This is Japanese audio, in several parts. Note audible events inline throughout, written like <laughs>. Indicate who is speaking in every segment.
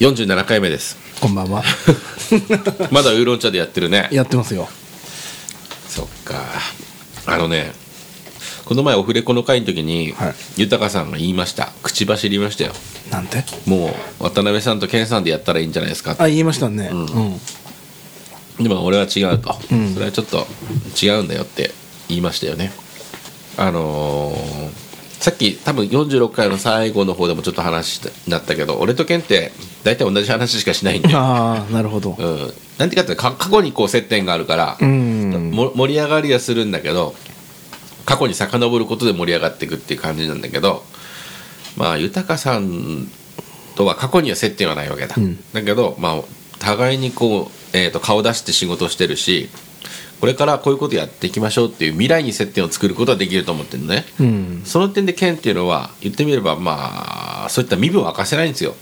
Speaker 1: 47回目です
Speaker 2: こんばんは。 <laughs>
Speaker 1: まだウーロン茶でやってるね
Speaker 2: やってますよ。
Speaker 1: そっかあのねこの前オフレコの会の時に、
Speaker 2: はい
Speaker 1: 豊さんが言いました口走りましたよ
Speaker 2: なんて。
Speaker 1: もう渡辺さんと健さんでやったらいいんじゃないですかって
Speaker 2: あ、言いましたね。うん。
Speaker 1: でも俺は違うと、
Speaker 2: ん
Speaker 1: それはちょっと違うんだよって言いましたよねあのーさっき多分46回の最後の方でもちょっと話になったけど俺と健って大体同じ話しかしない
Speaker 2: <laughs>
Speaker 1: んで、
Speaker 2: ああ、なるほど
Speaker 1: う。ん、なんていうかってか過去にこう接点があるから、
Speaker 2: うん。
Speaker 1: も盛り上がりはするんだけど過去に遡ることで盛り上がっていくっていう感じなんだけどまあ豊さんとは過去には接点はないわけだ、
Speaker 2: うん
Speaker 1: だけどまあ互いにこう、えー、と顔出して仕事してるしこれからこういうことやっていきましょうっていう未来に接点を作ることはできると思ってるのね、
Speaker 2: うん。
Speaker 1: その点で健っていうのは言ってみればまあそういった身分を明かせないんですよ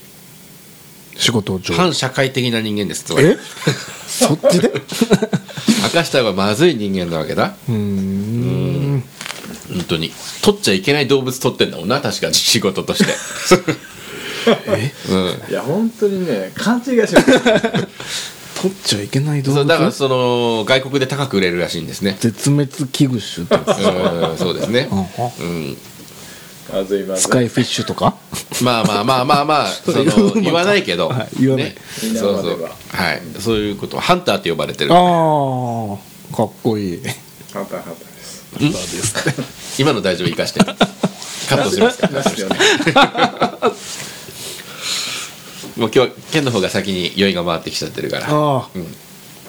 Speaker 2: 仕事上。
Speaker 1: 反社会的な人間ですつまり
Speaker 2: <laughs> え？そっち <laughs> で？
Speaker 1: 明かした方がまずい人間なわけだ
Speaker 2: うーん。
Speaker 1: 本当に取っちゃいけない動物取ってんだもんな確かに仕事として
Speaker 2: <laughs>
Speaker 1: うん
Speaker 3: いや本当にね勘違いします
Speaker 2: 取っちゃいけない動
Speaker 1: そう
Speaker 2: 物。
Speaker 1: だからその外国で高く売れるらしいんですね
Speaker 2: 絶滅危惧種とか。
Speaker 1: うんそうですね
Speaker 2: <laughs> うんうん
Speaker 1: うん
Speaker 3: まずいまず
Speaker 2: ス
Speaker 3: い
Speaker 2: カイフィッシュとか。
Speaker 1: まあまあまあまあ
Speaker 2: <laughs>
Speaker 1: まあそ
Speaker 2: れ言うの
Speaker 1: の
Speaker 2: か
Speaker 1: 言わないけど
Speaker 2: はい言わない
Speaker 1: ね
Speaker 3: みんな
Speaker 1: そ
Speaker 3: の
Speaker 1: う
Speaker 3: 中
Speaker 1: そ
Speaker 3: では
Speaker 1: うはいそういうことハンターって呼ばれてる
Speaker 2: ああ、かっこいい。
Speaker 3: 簡単簡単です
Speaker 1: 今の大丈夫生かしてカットしますから
Speaker 3: なしでよね
Speaker 1: もう今日は剣の方が先に酔いが回ってきちゃってるから
Speaker 2: ああ。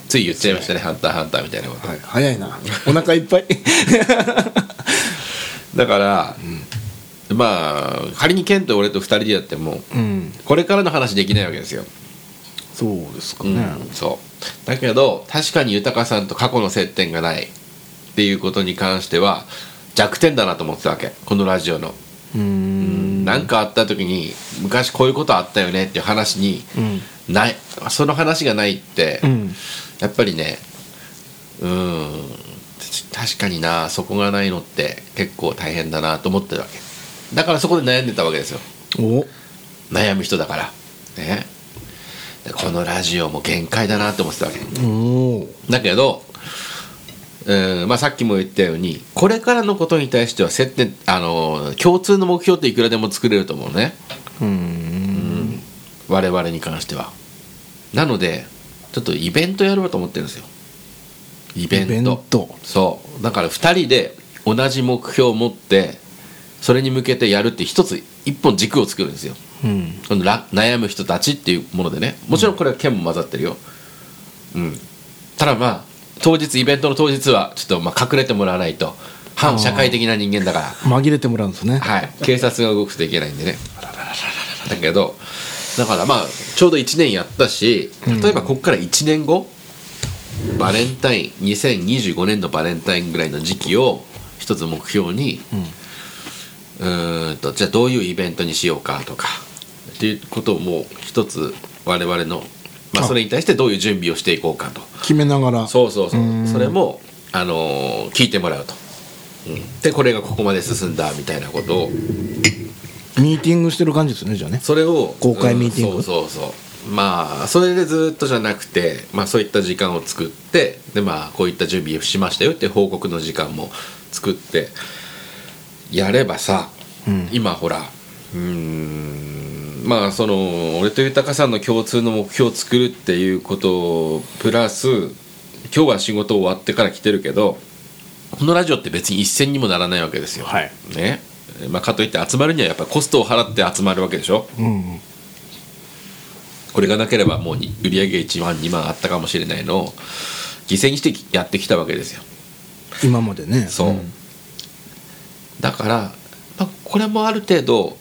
Speaker 1: つい言っちゃいましたねハンターハンターみたいなこと
Speaker 2: はい、早いな。お腹いっぱい。
Speaker 1: だから、まあ仮に健と俺と2人でやっても
Speaker 2: <laughs> うん。
Speaker 1: これからの話できないわけですよ、
Speaker 2: そうですか
Speaker 1: うん
Speaker 2: ね。
Speaker 1: そうだけど確かに豊さんと過去の接点がないっていうことに関しては弱点だなと思ってたわけこのラジオの
Speaker 2: うーん。
Speaker 1: 何、なん、かあった時に昔こういうことあったよねっていう話に
Speaker 2: うん。
Speaker 1: ないその話がないって、
Speaker 2: うん。
Speaker 1: やっぱりねうーん確かになそこがないのって結構大変だなと思ってるわけだからそこで悩んでたわけですよ
Speaker 2: お。
Speaker 1: 悩む人だからねでこのラジオも限界だなと思ってたわけ
Speaker 2: おー
Speaker 1: だけど、うんまあ、さっきも言ったようにこれからのことに対しては接点あの共通の目標っていくらでも作れると思うね
Speaker 2: うーん。
Speaker 1: 我々に関してはなのでちょっとイベントやろうと思ってるんですよイベント
Speaker 2: イベント
Speaker 1: そうだから2人で同じ目標を持ってそれに向けてやるって一つ一本軸を作るんですよ
Speaker 2: うん。
Speaker 1: このら悩む人たちっていうものでねもちろんこれは剣も混ざってるようんただまあ当日イベントの当日はちょっとまあ隠れてもらわないと反社会的な人間だから
Speaker 2: 紛れてもらうんですね。
Speaker 1: はい警察が動くといけないんでねだけどだからまあちょうど1年やったし例えばここから1年後バレンタイン2025年のバレンタインぐらいの時期を一つ目標にうーんとじゃあどういうイベントにしようかとかっていうことをもう一つ我々の、まあ、
Speaker 2: あ
Speaker 1: それに対してどういう準備をしていこうかと
Speaker 2: 決めながら。
Speaker 1: そうそうそう
Speaker 2: うーん
Speaker 1: それも、あのー聞いてもらうと、うん、でこれがここまで進んだみたいなことを
Speaker 2: ミーティングしてる感じですね、じゃあね。
Speaker 1: それを
Speaker 2: 公開ミーティング
Speaker 1: うんそうそうそうまあそれでずっとじゃなくて、まあ、そういった時間を作ってでまあこういった準備をしましたよって報告の時間も作ってやればさ、
Speaker 2: うん
Speaker 1: 今ほらうーんまあその俺と豊さんの共通の目標を作るっていうことをプラス今日は仕事終わってから来てるけどこのラジオって別に一銭にもならないわけですよ。
Speaker 2: はい
Speaker 1: ねまあ、かといって集まるにはやっぱりコストを払って集まるわけでしょ
Speaker 2: うん。
Speaker 1: これがなければもうに売り上げ1万2万あったかもしれないのを犠牲にしてきやってきたわけですよ
Speaker 2: 今までね。
Speaker 1: そう、
Speaker 2: ん
Speaker 1: だから、まあ、これもある程度、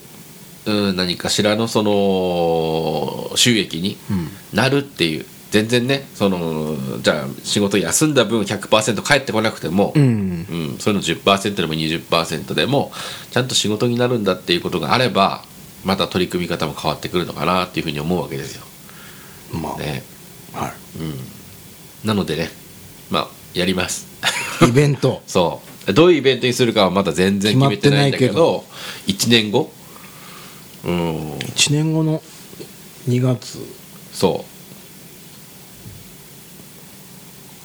Speaker 1: うん、何かしらのその収益に
Speaker 2: うん
Speaker 1: なるっていう、全然ねそのじゃあ仕事休んだ分100%返ってこなくても、
Speaker 2: うん。
Speaker 1: うん、そういうの10%でも20%でもちゃんと仕事になるんだっていうことがあればまた取り組み方も変わってくるのかなっていうふうに思うわけですよ。
Speaker 2: まあ。
Speaker 1: ね、
Speaker 2: は
Speaker 1: なのでねまあやります。。
Speaker 2: い。イベント
Speaker 1: そうどういうイベントにするかはまだ全然決めてないんだけど
Speaker 2: 決ま
Speaker 1: 1年後うん
Speaker 2: 一年後の2月
Speaker 1: そ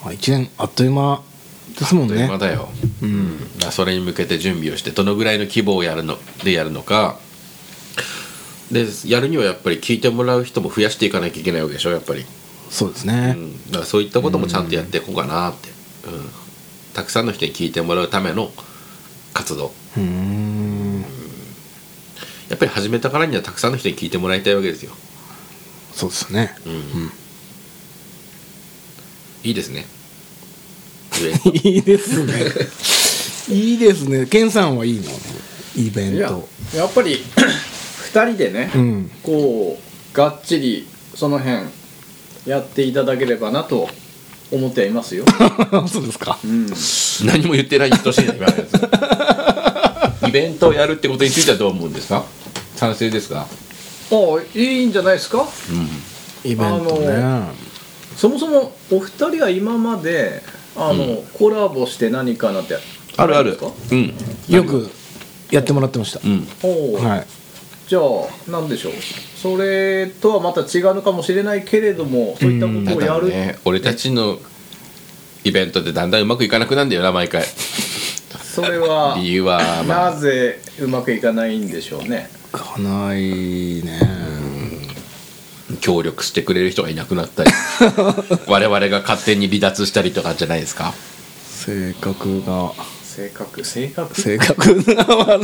Speaker 2: あ1年あっという間ですも
Speaker 1: うん
Speaker 2: ね
Speaker 1: 今だよ、
Speaker 2: うん
Speaker 1: だからそれに向けて準備をしてどのぐらいの規模をやるのでやるのかでやるにはやっぱり聞いてもらう人も増やしていかなきゃいけないわけでしょやっぱり、
Speaker 2: そうです
Speaker 1: う
Speaker 2: ね、
Speaker 1: ん、だからそういったこともちゃんとやっていこうかなって、うん、たくさんの人に聞いてもらうための活動
Speaker 2: うーん
Speaker 1: やっぱり始めたからにはたくさんの人に聞いてもらいたいわけですよ、
Speaker 2: そうですね
Speaker 1: うん
Speaker 2: ん
Speaker 1: いいですね上 <laughs>
Speaker 2: いいですねいいですねケンさんはいいのイベ
Speaker 3: い
Speaker 2: ン
Speaker 3: や
Speaker 2: ト
Speaker 3: やっぱり <clears throat> 2人でね、
Speaker 2: うん <laughs>
Speaker 3: こうがっちりその辺やっていただければなと思ってはいますよ、
Speaker 2: そうですか
Speaker 3: うん、
Speaker 1: 何も言ってないに等しいな今のやつイベントをやるってことについてはどう思うんですか賛成ですか
Speaker 3: ああいいんじゃないですか
Speaker 1: う
Speaker 2: イベントね、
Speaker 3: あそもそもお二人は今まであの、コラボして何かなって
Speaker 1: あるある
Speaker 3: ですか
Speaker 1: うん
Speaker 2: よくやってもらってました、
Speaker 1: うん
Speaker 3: おう
Speaker 2: はい
Speaker 3: じゃあ何でしょうそれとはまた違うのかもしれないけれどもそういった
Speaker 1: だ
Speaker 3: こ
Speaker 1: か
Speaker 3: とをや
Speaker 1: ら
Speaker 3: る、
Speaker 1: ね俺たちのイベントでだんだんうまくいかなくなるんだよな毎回
Speaker 3: それは
Speaker 1: 理由はまあ
Speaker 3: なぜうまくいかないんでしょうね
Speaker 2: かないね
Speaker 1: 協力してくれる人がいなくなった <laughs> り我々が勝手に離脱したりとかじゃないですか
Speaker 2: 性格が
Speaker 3: 性格性格
Speaker 2: 性格が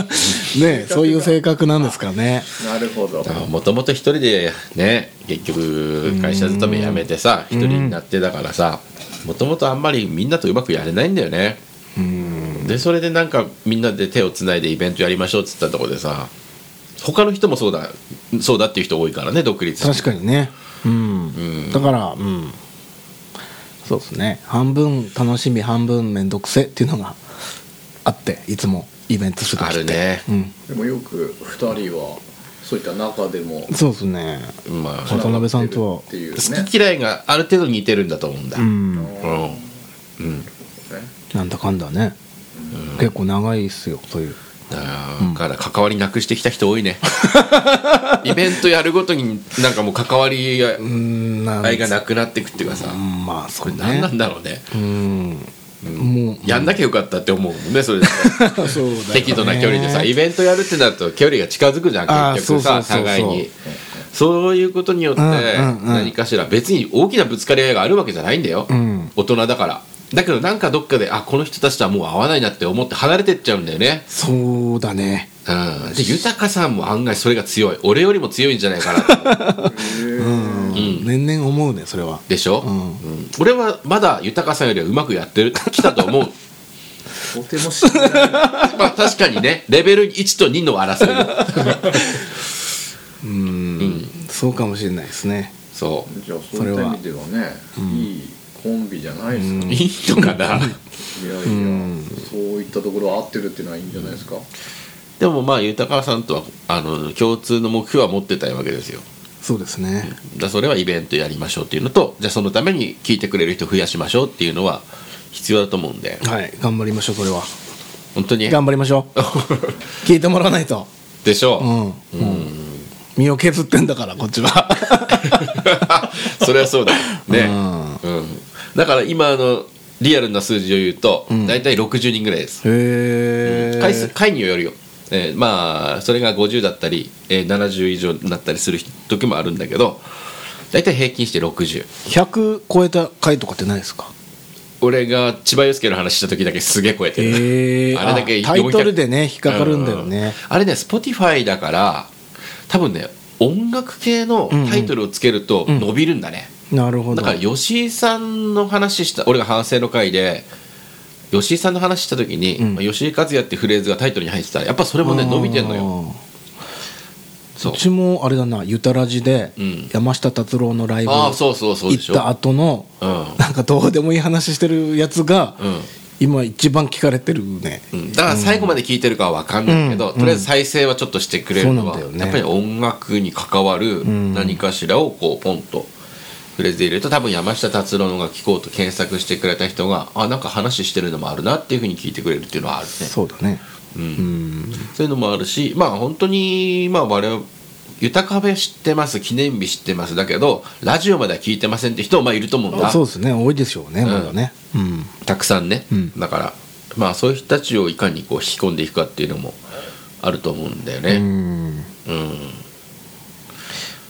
Speaker 2: ねそういう性格なんですかね
Speaker 3: なるほど
Speaker 1: もともと一人でね結局会社勤め辞めてさ一人になってだからさもともとあんまりみんなとうまくやれないんだよね
Speaker 2: うん
Speaker 1: でそれでなんかみんなで手をつないでイベントやりましょうっつったとこでさ他の人もそうだそうだっていう人多いからね独立して
Speaker 2: 確かにねうん、
Speaker 1: ん
Speaker 2: だからうんそうですね半分楽しみ半分面倒くせっていうのがあっていつもイベントする時って
Speaker 1: あるね
Speaker 2: うん、
Speaker 3: でもよく二人はそういった中でも
Speaker 2: そうですね
Speaker 1: まあ
Speaker 2: 渡辺さんとは
Speaker 3: っていうね
Speaker 1: 好き嫌いがある程度似てるんだと思うんだ
Speaker 2: う
Speaker 1: うん
Speaker 2: ん
Speaker 1: うん
Speaker 2: なんだかんだね、結構長いっすよそういう
Speaker 1: だから関わりなくしてきた人多い
Speaker 2: <laughs>
Speaker 1: ねイベントやるごとになんかもう関わりが
Speaker 2: うんな
Speaker 1: 愛がなくなってくっていうかさ
Speaker 2: うんまあそ
Speaker 1: こ
Speaker 2: う
Speaker 1: れ
Speaker 2: ね
Speaker 1: 何なんだろうね
Speaker 2: うん、もう
Speaker 1: やんなきゃよかったって思うもんねそれ
Speaker 2: <laughs>
Speaker 1: だと
Speaker 2: そうだよね
Speaker 1: 適度な距離でさイベントやるってなると距離が近づくじゃん
Speaker 2: あー
Speaker 1: 結局さ
Speaker 2: そうそうそうそう
Speaker 1: 互いにそういうことによって
Speaker 2: うんうんうん
Speaker 1: 何かしら別に大きなぶつかり合いがあるわけじゃないんだよ、
Speaker 2: うん
Speaker 1: 大人だからだけどなんかどっかであこの人たちとはもう会わないなって思って離れてっちゃうんだよね
Speaker 2: そうだね
Speaker 1: うんで豊さんも案外それが強い俺よりも強いんじゃないか
Speaker 2: <laughs>
Speaker 1: なと思う
Speaker 2: うん、年々思うねそれは
Speaker 1: でしょ、
Speaker 2: うん
Speaker 1: うん俺はまだ豊さんよりはうまくやってるきたと思う
Speaker 3: とても知らない
Speaker 1: まあ確かにねレベル1と2の争い
Speaker 2: <laughs> うん、そうかもしれないですね
Speaker 1: そう
Speaker 3: じゃあそ
Speaker 2: <laughs> そうれ
Speaker 3: いった意
Speaker 2: は
Speaker 3: 味ではね、いいコンビじゃないですか、い
Speaker 1: いいのかな
Speaker 3: やいや、そういったところは合ってるっていうのはいいんじゃないですか、
Speaker 1: でもまあ豊川さんとはあの共通の目標は持ってたいわけですよ
Speaker 2: そうですね
Speaker 1: だからそれはイベントやりましょうっていうのとじゃあそのために聞いてくれる人増やしましょうっていうのは必要だと思うんで
Speaker 2: はい頑張りましょうそれは
Speaker 1: 本当に
Speaker 2: 頑張りましょう聞いてもらわないと
Speaker 1: <laughs> でしょ
Speaker 2: うん、うん身を削ってんだからこっちは
Speaker 1: <laughs> それはそうだね
Speaker 2: う
Speaker 1: うん、だから今のリアルな数字を言うと、
Speaker 2: ん
Speaker 1: 大体60人ぐらいです
Speaker 2: へえ
Speaker 1: 回数回によるよ、えーまあそれが50だったり、えー70以上になったりする時もあるんだけど大体平均して60
Speaker 2: 100超えた回とかってないですか
Speaker 1: 俺が千葉祐介の話した時だけすげえ超えてる、
Speaker 2: え
Speaker 1: あれだけ
Speaker 2: タイトルでね
Speaker 1: 400
Speaker 2: 引っかかるんだよ
Speaker 1: う
Speaker 2: ね
Speaker 1: あれね Spotify だから多分ね音楽系のタイトルをつけると伸びるんだね、
Speaker 2: なるほ
Speaker 1: だ
Speaker 2: ど
Speaker 1: から吉井さんの話した俺が反省の回で吉井さんの話した時に、
Speaker 2: うん
Speaker 1: まあ吉井和也ってフレーズがタイトルに入ってたらやっぱそれもね伸びてんのよ
Speaker 2: よ
Speaker 1: そう
Speaker 2: うちもあれだな「ゆたらじ」で
Speaker 1: うん
Speaker 2: 山下達郎のライブ
Speaker 1: ああ
Speaker 2: 行
Speaker 1: そうそうそうでしょ
Speaker 2: った後の
Speaker 1: うん
Speaker 2: なんかどうでもいい話してるやつが
Speaker 1: うん
Speaker 2: 今一番聞かれてるね
Speaker 1: うんだから最後まで聞いてるかは分かんないけど、
Speaker 2: うん
Speaker 1: とりあえず再生はちょっとしてくれるのは、
Speaker 2: そうなんだよね
Speaker 1: やっぱり音楽に関わる
Speaker 2: ん
Speaker 1: 何かしらをこうポンとフレーズで入れると多分山下達郎のが聞こうと検索してくれた人があなんか話してるのもあるなっていうふうに聞いてくれるっていうのはあるね
Speaker 2: そうだね
Speaker 1: う
Speaker 2: うんん
Speaker 1: そういうのもあるしまあ本当にまあ我々豊かべ知ってます記念日知ってますだけどラジオまでは聞いてませんって人もまあいると思うんだ
Speaker 2: そうですね多いでしょうねまだねうん
Speaker 1: たくさんね、
Speaker 2: うん
Speaker 1: だからまあそういう人たちをいかにこう引き込んでいくかっていうのもあると思うんだよ
Speaker 2: う
Speaker 1: ね
Speaker 2: ん
Speaker 1: うん、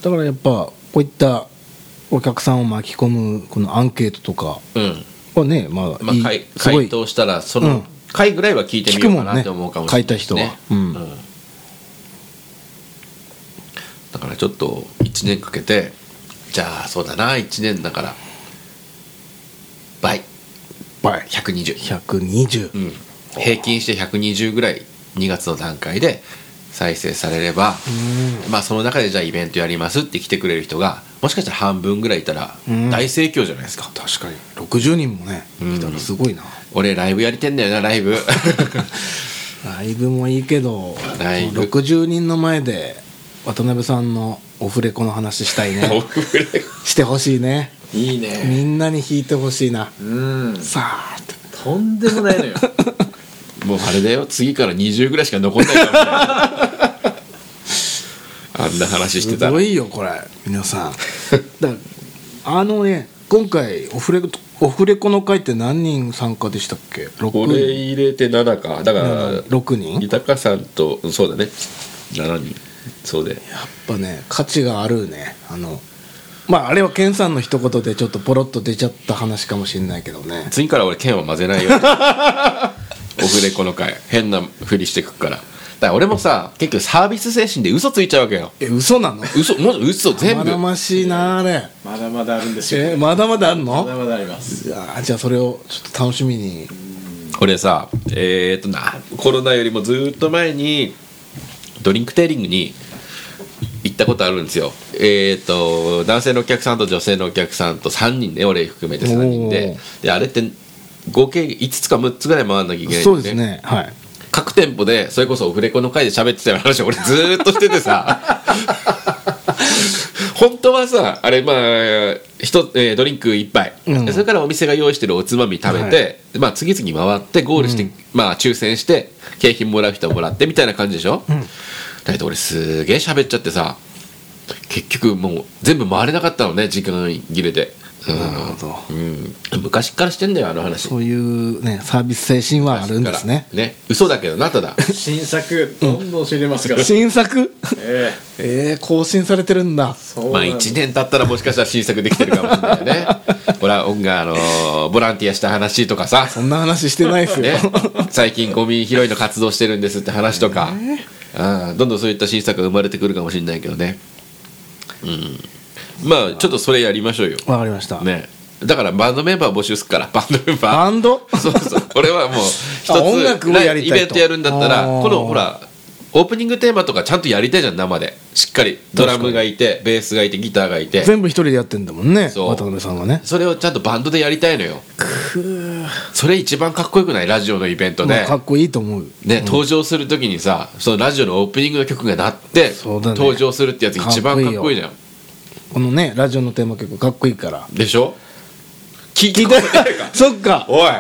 Speaker 2: だからやっぱこういったお客さんを巻き込むこのアンケートとか
Speaker 1: うん
Speaker 2: はね
Speaker 1: ま
Speaker 2: まあ
Speaker 1: あ
Speaker 2: いい、
Speaker 1: 回
Speaker 2: すごい
Speaker 1: 回答したらそうの
Speaker 2: ん
Speaker 1: 回ぐらいは聞いてみようか
Speaker 2: 聞くもん
Speaker 1: な
Speaker 2: ね
Speaker 1: って思うかもしれないですね、
Speaker 2: 書いた人はうん
Speaker 1: だからちょっと1年かけてじゃあそうだな1年だから倍
Speaker 2: 倍
Speaker 1: 120、
Speaker 2: 120
Speaker 1: うん、平均して120ぐらい2月の段階で再生されれば、まあその中でじゃあイベントやりますって来てくれる人がもしかしたら半分ぐらいいたら
Speaker 2: うん
Speaker 1: 大盛況じゃないですか、
Speaker 2: 確かに60人もね
Speaker 1: うん
Speaker 2: 来たらすごいな、
Speaker 1: 俺ライブやりてんだよなライ
Speaker 2: <laughs>
Speaker 1: ブ
Speaker 2: ライブもいいけど
Speaker 1: ライブ
Speaker 2: 60人の前で渡辺さんのオフレコの話したい
Speaker 1: <laughs>
Speaker 2: ね
Speaker 1: 僕ぐらい
Speaker 2: してほしいね
Speaker 3: いいね
Speaker 2: みんなに弾いてほしいな
Speaker 3: うん
Speaker 2: さあって
Speaker 3: とんでもないのよ <laughs>
Speaker 1: もうあれだよ次から20ぐらいしか残んないからねあんな話してた
Speaker 2: す
Speaker 1: ら
Speaker 2: ごいよこれ皆さんだあのね今回オフレコオフレコの会って何人参加でしたっけ
Speaker 1: これ
Speaker 2: 6人
Speaker 1: 入れて7かだから
Speaker 2: 6人やっ
Speaker 1: 豊さんとうんそうだね7人そうで
Speaker 2: ぱね価値があるねあのまああれはケンさんの一言でちょっとポロッと出ちゃった話かもしれないけどね
Speaker 1: 次から俺剣は混ぜないよ
Speaker 2: <laughs>
Speaker 1: オフレコの回変なふりしてくからだから俺もさ結局サービス精神で嘘ついちゃうわけよ
Speaker 2: え嘘なの
Speaker 1: 嘘もう嘘全
Speaker 2: ま
Speaker 1: 部
Speaker 2: だましいなあれ
Speaker 3: まだまだあるんですよ
Speaker 2: えまだまだあん
Speaker 3: ま
Speaker 2: の
Speaker 3: だまだあります
Speaker 2: いやじゃあそれをちょっと楽しみに
Speaker 1: 俺さえー、っとなコロナよりもずーっと前にドリンクテーリングに行ったことあるんですよえー、っと男性のお客さんと女性のお客さんと3人ね俺含めて3人
Speaker 2: お
Speaker 1: でであれって合計5つか6つぐらい回んなきゃいけないん
Speaker 2: そうですねはい
Speaker 1: 各店舗でそれこそオフレコの会で喋ってたような話を俺ずーっとしててさ <laughs> 本当はさあれまあひとえードリンク1杯、
Speaker 2: うん
Speaker 1: それからお店が用意してるおつまみ食べて、
Speaker 2: は
Speaker 1: でまあ、次々回ってゴールして、まあ、抽選して景品もらう人はもらってみたいな感じでしょ、
Speaker 2: うん
Speaker 1: だけど俺すげえ喋っちゃってさ結局もう全部回れなかったのね時間切れで、うん
Speaker 2: なるほど
Speaker 1: うん、昔からしてんだよあの話
Speaker 2: そういうねサービス精神はあるんですね
Speaker 1: ね嘘だけどなただ
Speaker 3: 新作どんどん知れま
Speaker 2: <laughs>
Speaker 3: すから、
Speaker 2: 新作
Speaker 3: ええ
Speaker 2: えー、更新されてるんだ
Speaker 3: そう
Speaker 1: まあ
Speaker 3: なんです
Speaker 1: 1年経ったらもしかしたら新作できてるかもしれないよね。
Speaker 2: <laughs>
Speaker 1: ほら、音楽、あのーボランティアした話とかさ、
Speaker 2: そんな話してないですよ、
Speaker 1: ね、最近ゴミ拾いの活動してるんですって話とか、うんどんどんそういった新作が生まれてくるかもしれないけどね。うん。まあ、ちょっとそれやりましょうよ。
Speaker 2: わかりました、
Speaker 1: ね。だからバンドメンバー募集すっから、バンドメンバー。
Speaker 2: バンド
Speaker 1: そうそう。これはもう、一つ
Speaker 2: あ音楽をやりたいと
Speaker 1: イベントやるんだったら、
Speaker 2: あー
Speaker 1: このほら、オープニングテーマとかちゃんとやりたいじゃん、生で。しっかり。ドラムがいて、ベースがいて、ギターがいて。
Speaker 2: 全部一人でやってんだもんね
Speaker 1: そう
Speaker 2: 渡辺さんはね
Speaker 1: それをちゃんとバンドでやりたいのよそれ一番かっこよくないラジオのイベントで、
Speaker 2: まあかっこいいと思う
Speaker 1: ね登場する時にさそのラジオのオープニングの曲が鳴って、
Speaker 2: そうだね
Speaker 1: 登場するってやつ一番かっこいいじゃん
Speaker 2: このねラジオのテーマ曲かっこいいから
Speaker 1: でしょ聞いてないか
Speaker 2: <laughs> そっか
Speaker 1: おい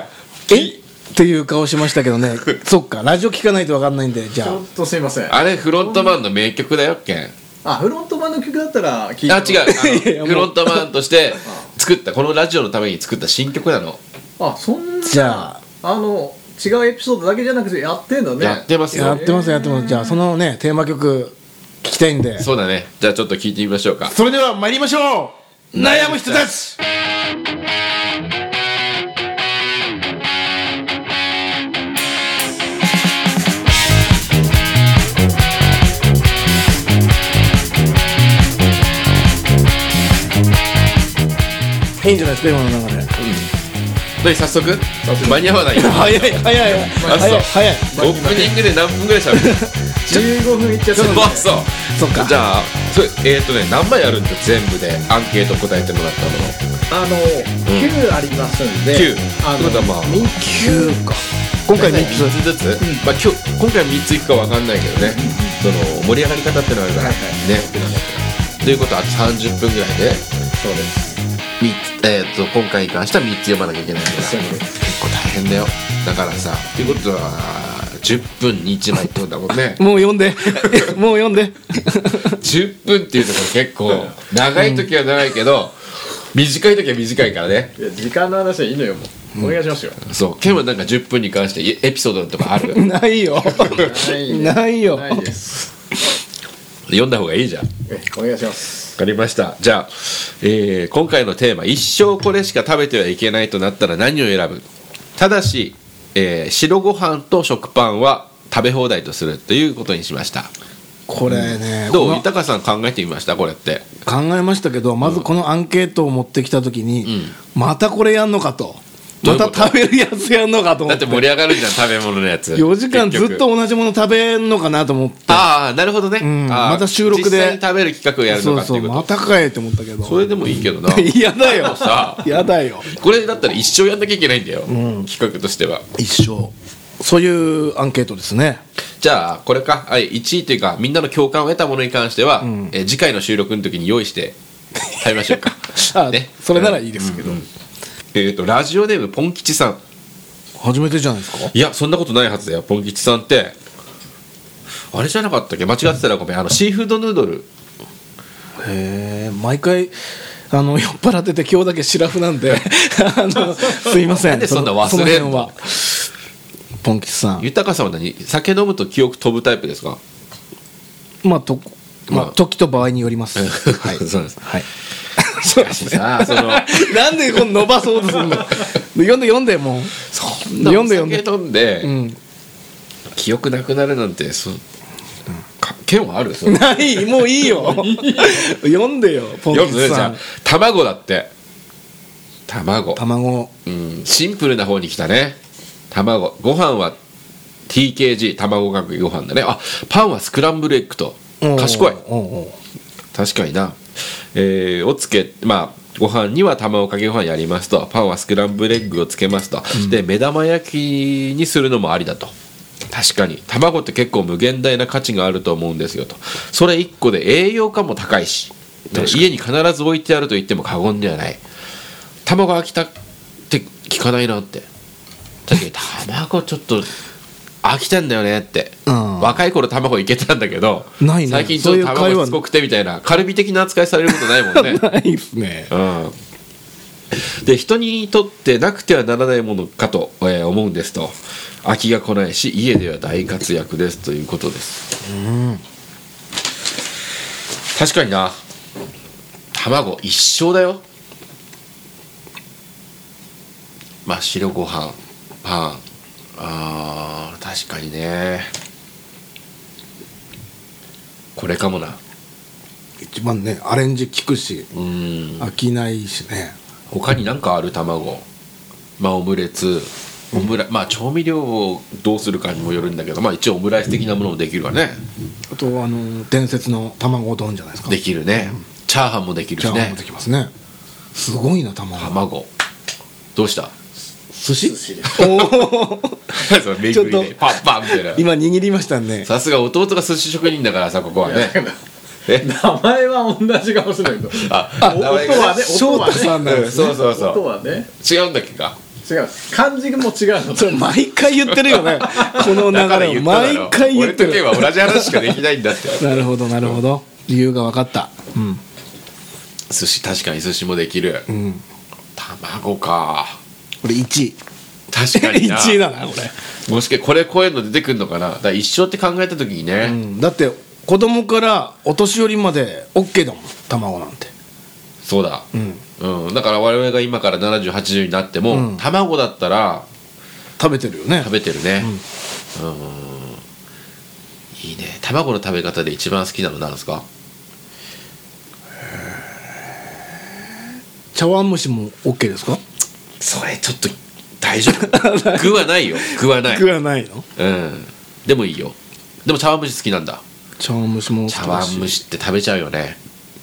Speaker 2: えっていう顔しましたけ
Speaker 1: <laughs>
Speaker 2: どねそっかラジオ聞かないと分かんないんでじ
Speaker 3: ち
Speaker 2: ゃあ
Speaker 3: ょっとすいません
Speaker 1: あれフロントマンの名曲だよっけんあ
Speaker 3: あフロントマンの曲だったら聞い
Speaker 1: 違う
Speaker 3: て
Speaker 1: あ
Speaker 2: いやい
Speaker 1: の
Speaker 2: やもう
Speaker 1: フロントマンとして作ったこのラジオのために作った新曲なの、
Speaker 3: あそんな
Speaker 2: じゃあ
Speaker 3: あの違うエピソードだけじゃなくてやってんだね
Speaker 1: やってます
Speaker 2: や
Speaker 1: よ
Speaker 2: ってますやってますじゃあそのねテーマ曲聞きたいんで
Speaker 1: そうだねじゃあちょっと聞いてみましょうか
Speaker 2: それでは参りましょう悩む人たちいいんじゃないですか今の流れ
Speaker 1: で早速間に合わないよ
Speaker 2: 早い早い早い
Speaker 1: あそう
Speaker 2: 早い早い
Speaker 1: オープニングで何分ぐらい喋る
Speaker 3: 15分いっちゃった
Speaker 1: そう
Speaker 3: ので
Speaker 1: そう
Speaker 2: そっか
Speaker 1: じゃあそれえっ、とね何枚あるんだ全部でアンケート答えてもらったもの
Speaker 3: あの9ありますんで
Speaker 1: 9
Speaker 3: あ
Speaker 1: ってことは
Speaker 3: の
Speaker 1: まあ
Speaker 3: み
Speaker 2: 9か今回3つ
Speaker 1: ずつ、まあ、今日今回3ついくかわかんないけどね、その盛り上がり方ってのはあるから、
Speaker 3: はいは
Speaker 1: ねということはあと30分ぐらいで
Speaker 3: そうです
Speaker 1: 三つえっ、と今回に関しては3つ読まなきゃいけないから
Speaker 3: そうです
Speaker 1: 結構大変だよだからさっていうことは10分に1枚ってことだもん
Speaker 3: <laughs>
Speaker 1: ね
Speaker 2: もう読ん <laughs> でもう読んで <laughs>
Speaker 1: 10分っていうところ結構長い時は長いけど、短い時は短いからね
Speaker 3: いや時間の話はいいのよもうお願いしますよ、
Speaker 1: そうケンはなんか10分に関してエピソードとかある
Speaker 2: ないよ
Speaker 3: ないね
Speaker 2: ないよ
Speaker 3: ないです
Speaker 1: 読んだ方がいいじゃんわ
Speaker 3: えお願いします
Speaker 1: かりましたじゃあ、えー今回のテーマ「一生これしか食べてはいけない」となったら何を選ぶただし、えー白ご飯と食パンは食べ放題とするということにしました
Speaker 2: これね
Speaker 1: どう
Speaker 2: この
Speaker 1: 豊さん考えてみましたこれって
Speaker 2: 考えましたけどまずこのアンケートを持ってきた時に、またこれやんのかと
Speaker 1: どう
Speaker 2: ま
Speaker 1: いうこと
Speaker 2: た食べるやつやんのかと思
Speaker 1: だ
Speaker 2: っ
Speaker 1: ってて盛り上がるじゃん食べ物のやつ
Speaker 2: 4時間ずっ
Speaker 1: 結
Speaker 2: と
Speaker 1: 局
Speaker 2: 同じもの食べんのかなと思って
Speaker 1: ああなるほどね、
Speaker 2: うん
Speaker 1: あー
Speaker 2: また収録で
Speaker 1: 実際に食べる企画をやるの
Speaker 2: そ
Speaker 1: かっ
Speaker 2: う
Speaker 1: て
Speaker 2: そ
Speaker 1: いううこと
Speaker 2: またかえって思ったけど
Speaker 1: それでもいいけどな
Speaker 2: <laughs> 嫌だよ
Speaker 1: さ
Speaker 2: 嫌だよ
Speaker 1: これだったら一生やんなきゃいけないんだよ、企画としては
Speaker 2: 一生そういうアンケートですね
Speaker 1: じゃあこれか、はい、1位というかみんなの共感を得たものに関しては、
Speaker 2: ん
Speaker 1: えー次回の収録の時に用意して食べましょう
Speaker 2: <laughs>
Speaker 1: か
Speaker 2: あ、
Speaker 1: ね
Speaker 2: それならいいですけど、
Speaker 1: えっとラジオネームポン吉さん
Speaker 2: 初めてじゃないですか
Speaker 1: いやそんなことないはずだよポン吉さんってあれじゃなかったっけ間違ってたらごめんあのシーフードヌードル
Speaker 2: へえ毎回あの酔っ払ってて今日だけシラフなんで <laughs> あのすいません
Speaker 1: なんでそんな忘れんの
Speaker 2: その辺はポンキスさん
Speaker 1: 豊さんは何酒飲むと記憶飛ぶタイプですか
Speaker 2: まあとまあ
Speaker 1: まあ
Speaker 2: 時と場合により <laughs> ますはい
Speaker 1: <laughs> そうです
Speaker 2: はい
Speaker 1: しかしさその
Speaker 2: なんでこの伸ばそうとするの読んで読んでもう
Speaker 1: そんな
Speaker 2: 読
Speaker 1: お
Speaker 2: んで読んで
Speaker 1: 酒飲んで、
Speaker 2: うん
Speaker 1: 記憶なくなるなんてそか剣はあるそれ
Speaker 2: ないもういいよ読んでよポン
Speaker 1: 読
Speaker 2: キ
Speaker 1: むね
Speaker 2: ス
Speaker 1: じ
Speaker 2: さ
Speaker 1: ゃあ
Speaker 2: ん
Speaker 1: 卵だって卵
Speaker 2: 卵
Speaker 1: うんシンプルな方に来たね卵ご飯は TKG 卵かけご飯だねあパンはスクランブルエッグと賢い
Speaker 2: おうおう
Speaker 1: 確かになえーをつけまあご飯には卵かけご飯やりますとパンはスクランブルエッグをつけますと、で目玉焼きにするのもありだと確かに卵って結構無限大な価値があると思うんですよとそれ1個で栄養価も高いしで家に必ず置いてあると言っても過言ではない卵飽きたって聞かないなって確かに卵ちょっと飽きたんだよねって、
Speaker 2: うん
Speaker 1: 若い頃卵いけたんだけど
Speaker 2: ないね
Speaker 1: 最近ちょっと
Speaker 2: そういう会
Speaker 1: 卵
Speaker 2: 話
Speaker 1: しつこくてみたいなカルビ的な扱いされることないもんね
Speaker 2: ないっすね
Speaker 1: うんで人にとってなくてはならないものかと、えー思うんですと飽きが来ないし家では大活躍ですということです確かにな卵一生だよまあ白ご飯パンあー確かにねこれかもな
Speaker 2: 一番ねアレンジ効くし
Speaker 1: うん
Speaker 2: 飽きないしね
Speaker 1: 他に何かある卵まあオムレツオムラ、まあ調味料をどうするかにもよるんだけどまあ一応オムライス的なものもできるわね
Speaker 2: あとあの伝説の卵丼じゃないですか
Speaker 1: できるねチャーハンもできる
Speaker 2: チャ
Speaker 1: し
Speaker 2: ーハン
Speaker 1: ね
Speaker 2: もできますねすごいな卵
Speaker 1: 卵どうした <laughs>
Speaker 2: 寿司
Speaker 3: 寿司で
Speaker 2: おー
Speaker 1: その巡りで
Speaker 2: ちょっと
Speaker 1: パンパンみたいな
Speaker 2: 今握りましたね
Speaker 1: さすが弟が寿司職人だからさここはねえ
Speaker 3: 名前は同じかもしれないけど
Speaker 1: あ
Speaker 3: 音
Speaker 1: 名前がね
Speaker 3: はね
Speaker 2: 翔
Speaker 3: 音は
Speaker 2: 太さん
Speaker 3: ね
Speaker 2: なんです
Speaker 1: そうそうそ
Speaker 3: 音
Speaker 1: う
Speaker 3: はね
Speaker 1: 違うんだっけか
Speaker 3: 違う漢字も違うの
Speaker 2: それ毎回言ってるよねこの
Speaker 1: だから
Speaker 2: 流れ
Speaker 1: 言
Speaker 2: を
Speaker 1: っただ
Speaker 2: 毎
Speaker 1: ろ
Speaker 2: 回言
Speaker 1: 俺
Speaker 2: って
Speaker 1: とケン
Speaker 2: る
Speaker 1: は同じ話しかできないんだって
Speaker 2: なるほどなるほど理由が分かったうん
Speaker 1: 寿司確かに寿司もできる
Speaker 2: うん
Speaker 1: 卵か
Speaker 2: これ1位
Speaker 1: 確か
Speaker 2: <laughs>
Speaker 1: にな
Speaker 2: 1位だなこれ
Speaker 1: もしかしてこれ超えるの出てくるのかなだから一生って考えた時に
Speaker 2: う
Speaker 1: ね、
Speaker 2: んだって子供からお年寄りまで OK だもん卵なんて
Speaker 1: そうだ、
Speaker 2: うん
Speaker 1: うんだから我々が今から7080になっても、
Speaker 2: うん
Speaker 1: 卵だったら
Speaker 2: 食べてるよね
Speaker 1: 食べてるねうんいいね卵の食べ方で一番好きなのなんですか
Speaker 2: 茶碗蒸しも OK ですか
Speaker 1: それちょっと大丈夫 <laughs> 具はないよ具はない、
Speaker 2: 食わないの
Speaker 1: うん、でもいいよでも茶碗蒸し好きなんだ
Speaker 2: 茶碗蒸しも好きだし
Speaker 1: 茶碗蒸しって食べちゃうよね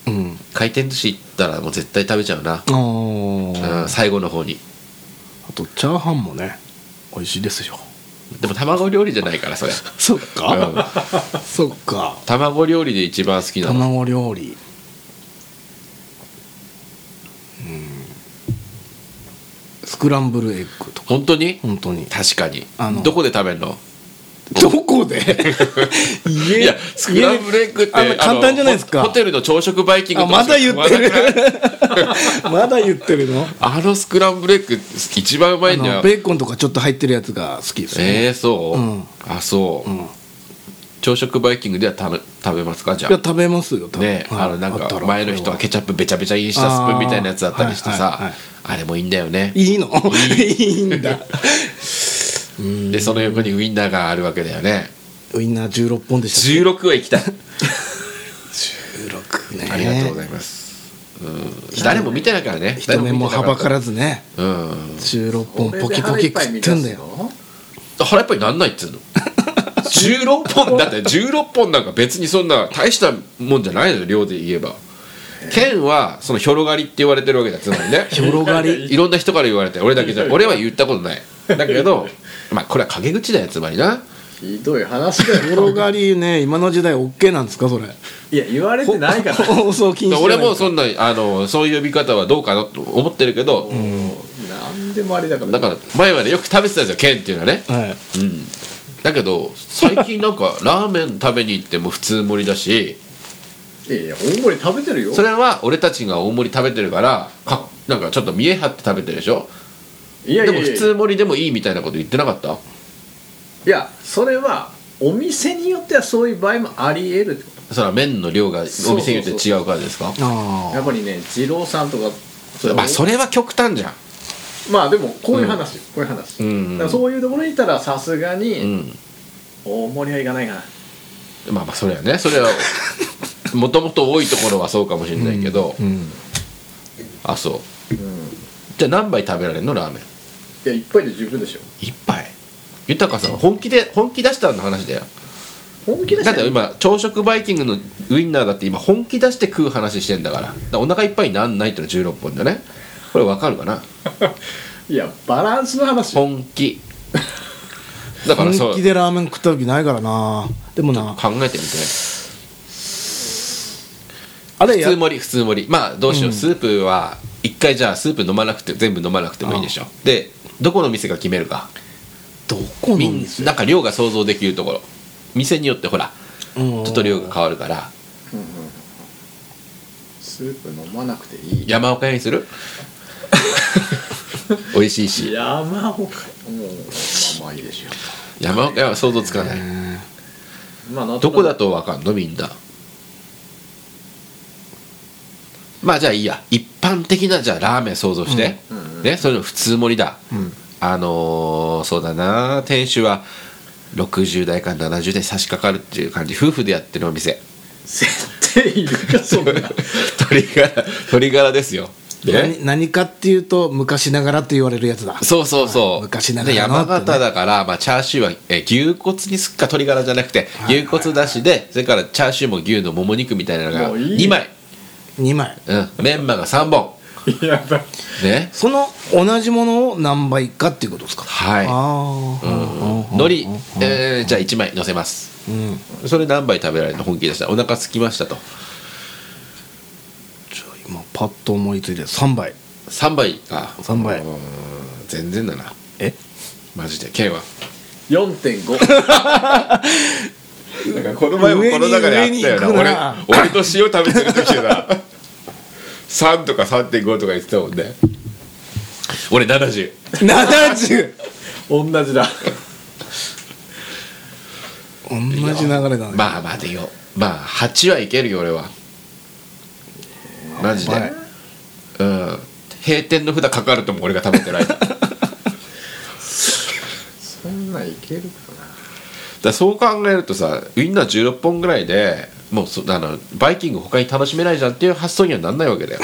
Speaker 2: うん
Speaker 1: 回転寿司行ったらもう絶対食べちゃうな、
Speaker 2: あ
Speaker 1: う
Speaker 2: ー
Speaker 1: ん、最後の方に
Speaker 2: あとチャーハンもね美味しいですよ
Speaker 1: でも卵料理じゃないからそれ
Speaker 2: そっ
Speaker 1: うん
Speaker 2: か、そっか
Speaker 1: 卵料理で一番好きなの
Speaker 2: 卵料理うんスクランブルエッグとか
Speaker 1: 本当に
Speaker 2: 本当に
Speaker 1: 確かに
Speaker 2: あの
Speaker 1: どこで食べるの
Speaker 2: こで
Speaker 1: い
Speaker 2: い
Speaker 1: やスクランブルエッグって
Speaker 2: あの簡単じゃないですか
Speaker 1: あのホホテルの朝食バイキング
Speaker 2: あ
Speaker 1: とか
Speaker 2: まだ言ってる
Speaker 1: 食わなくない
Speaker 2: まだ言ってるの
Speaker 1: <laughs> あのスクランブルエッグ一番うま
Speaker 2: あ
Speaker 1: いんだ
Speaker 2: の
Speaker 1: よ
Speaker 2: ベーコンとかちょっと入ってるやつが好きですね、
Speaker 1: えー、そう、
Speaker 2: うん
Speaker 1: あそう、
Speaker 2: うん
Speaker 1: 朝食バイキングでは食べ食べますかじゃ
Speaker 2: いや
Speaker 1: あ
Speaker 2: 食べますよ多分
Speaker 1: ね
Speaker 2: はい
Speaker 1: あのなん
Speaker 2: あった
Speaker 1: から前の人はケチャップべちゃべちゃにしたスプーンみたいなやつだったりしてさあ,、
Speaker 2: あーはいはいはい
Speaker 1: れもいいんだよね
Speaker 2: いいのいいんだ
Speaker 1: でその横にウインナーがあるわけだよね
Speaker 2: ウインナー16本でした
Speaker 1: 16は行きたい
Speaker 2: 16ね
Speaker 1: ありがとうございます、うん、誰も見てないからね、
Speaker 2: 人目もはばかららずね
Speaker 1: うん、
Speaker 2: 16本ポキポキ食ってんだよ
Speaker 3: よ
Speaker 1: 腹いっぱいになんないっつ
Speaker 2: <laughs>
Speaker 1: うの16本だって16本なんか別にそんな大したもんじゃないのよ量で言えば剣はその広がりって言われてるわけだつまりね
Speaker 2: <laughs> 広がり
Speaker 1: いろんな人から言われて俺だけ
Speaker 2: <laughs>
Speaker 1: じゃ俺は言ったことないだけどまあこれは陰口だよつまり
Speaker 2: <laughs>
Speaker 1: な
Speaker 3: ひどい話だよ
Speaker 2: 広がりね今の時代 OK なんですかそれ
Speaker 3: いや言われてないか
Speaker 2: <laughs>
Speaker 3: ら
Speaker 2: 放送禁止じゃな
Speaker 1: 俺
Speaker 2: い
Speaker 1: もそんなあのそういう呼び方はどうかなと思ってるけど
Speaker 3: なんでもありだから
Speaker 1: だから前までよく食べてたんですよ剣っていうのはね
Speaker 2: はい
Speaker 1: うんだけど最近なん
Speaker 3: <laughs>
Speaker 1: かラーメン食べに行っても普通盛りだし
Speaker 3: いやいや大盛り食べてるよ
Speaker 1: それは俺たちが大盛り食べてるからかなんかちょっと見え張って食べてるでしょ
Speaker 3: いやいやい
Speaker 1: で
Speaker 3: や
Speaker 1: も普通盛りでもいいみたいなこと言ってなかった
Speaker 3: いやそれはお店によってはそういう場合もあり得るってこ
Speaker 1: それは麺の量がお
Speaker 3: そうそう
Speaker 1: 店によって違うからですか
Speaker 2: あ
Speaker 3: とや
Speaker 2: あ
Speaker 3: っぱりね二郎さんとか
Speaker 1: まあそれは極端じゃん
Speaker 3: まあでもこういう話、こういう話、
Speaker 1: うん
Speaker 3: だからそういうところにいたらさすが
Speaker 1: う
Speaker 3: に
Speaker 1: ん
Speaker 3: 大盛りはいかないかな、
Speaker 1: まあまあそれはねそれは
Speaker 3: <laughs>
Speaker 1: もともと多いところはそうかもしれないけど、
Speaker 2: うん
Speaker 1: あそう
Speaker 3: うん
Speaker 1: じゃあ何杯食べられるのラーメン
Speaker 3: いやいっぱいで十分でしょ
Speaker 1: 一杯豊さん本気で本気出したの話だよ
Speaker 3: 本気出し
Speaker 1: だってて今朝食バイキングのウインナーだって今本気出して食う話してんだからだからお腹いっぱいになんないってのは16本だねこれわかるかない
Speaker 3: やバランスの話よ
Speaker 1: 本気だからそう
Speaker 2: 本
Speaker 1: 考
Speaker 2: 気でラーメン食った時ないからなでもな
Speaker 1: えてみて
Speaker 2: あれ
Speaker 1: 普
Speaker 2: や
Speaker 1: 通盛り普通盛りまあどうしよう、
Speaker 2: うん
Speaker 1: スープは一回じゃあスープ飲まなくて全部飲まなくてもいいでしょでどこの店が決めるか
Speaker 2: どこの
Speaker 1: みん
Speaker 2: 店
Speaker 1: なんか量が想像できるところ店によってほら
Speaker 2: ちょ
Speaker 1: ちょっと量が変わるから
Speaker 3: スープ飲まなくていい
Speaker 1: 山岡屋にす
Speaker 2: <laughs>
Speaker 1: る美味しいし
Speaker 3: 山岡もうまあまあいいでしょ
Speaker 1: 山岡屋は想像つかない
Speaker 3: うまあなんと
Speaker 1: どこだ
Speaker 3: な
Speaker 1: とわかんのみんなまあじゃあいいや一般的なじゃあラーメン想像して、
Speaker 3: うんうんうん
Speaker 1: ねそれの普通盛りだ、
Speaker 2: うん
Speaker 1: あのーそうだな店主は60代から70代差し掛かるっていう感じ夫婦でやってるお店
Speaker 3: く <laughs> 設定いるかそんな
Speaker 1: <laughs> 鶏ガラ鶏ガラですよ、ね、
Speaker 2: 何何かっていうと昔ながらって言われるやつだ
Speaker 1: そうそうそう、
Speaker 2: はい昔ながら
Speaker 1: で
Speaker 2: の
Speaker 1: 山
Speaker 2: ってね
Speaker 1: 形だから、まあ、チャーシューはえ牛骨にすっか鶏ガラじゃなくて
Speaker 2: はい
Speaker 1: 牛骨だしで、それからチャーシューも牛のもも肉みたいなのが
Speaker 3: もういい
Speaker 1: 2枚
Speaker 2: 2枚
Speaker 1: うん、メンマが3本
Speaker 3: やばい
Speaker 1: ね
Speaker 2: その同じものを何倍かっていうことですか
Speaker 1: はい
Speaker 2: あ
Speaker 1: うん
Speaker 2: あ
Speaker 1: 海苔、えーじゃあ1枚乗せます
Speaker 2: うん
Speaker 1: それ何杯食べられるの本気でしたお腹空きましたと
Speaker 2: じゃあ今パッと思いついて3倍
Speaker 1: 3杯か
Speaker 2: 三杯
Speaker 1: うーん全然だな
Speaker 2: え
Speaker 1: マジでケンは
Speaker 3: 4.5
Speaker 1: だからこの
Speaker 2: 前もこの中であったよな上に上に行くな
Speaker 1: 俺俺と塩食べてる時 <laughs> だ3とか3.5とか言ってたもんね俺70
Speaker 2: 70!
Speaker 3: 同じだ
Speaker 2: 同じ流れだね、
Speaker 1: まあまあでよまあ8はいけるよ俺はマジで、
Speaker 2: はい
Speaker 1: うん閉店の札かかるとも俺が食べてない
Speaker 3: <laughs>
Speaker 1: だか
Speaker 3: そんなんいけるかな
Speaker 1: らそう考えるとさウインナー16本ぐらいでもうそあのバイキング他に楽しめないじゃんっていう発想にはなんないわけだよ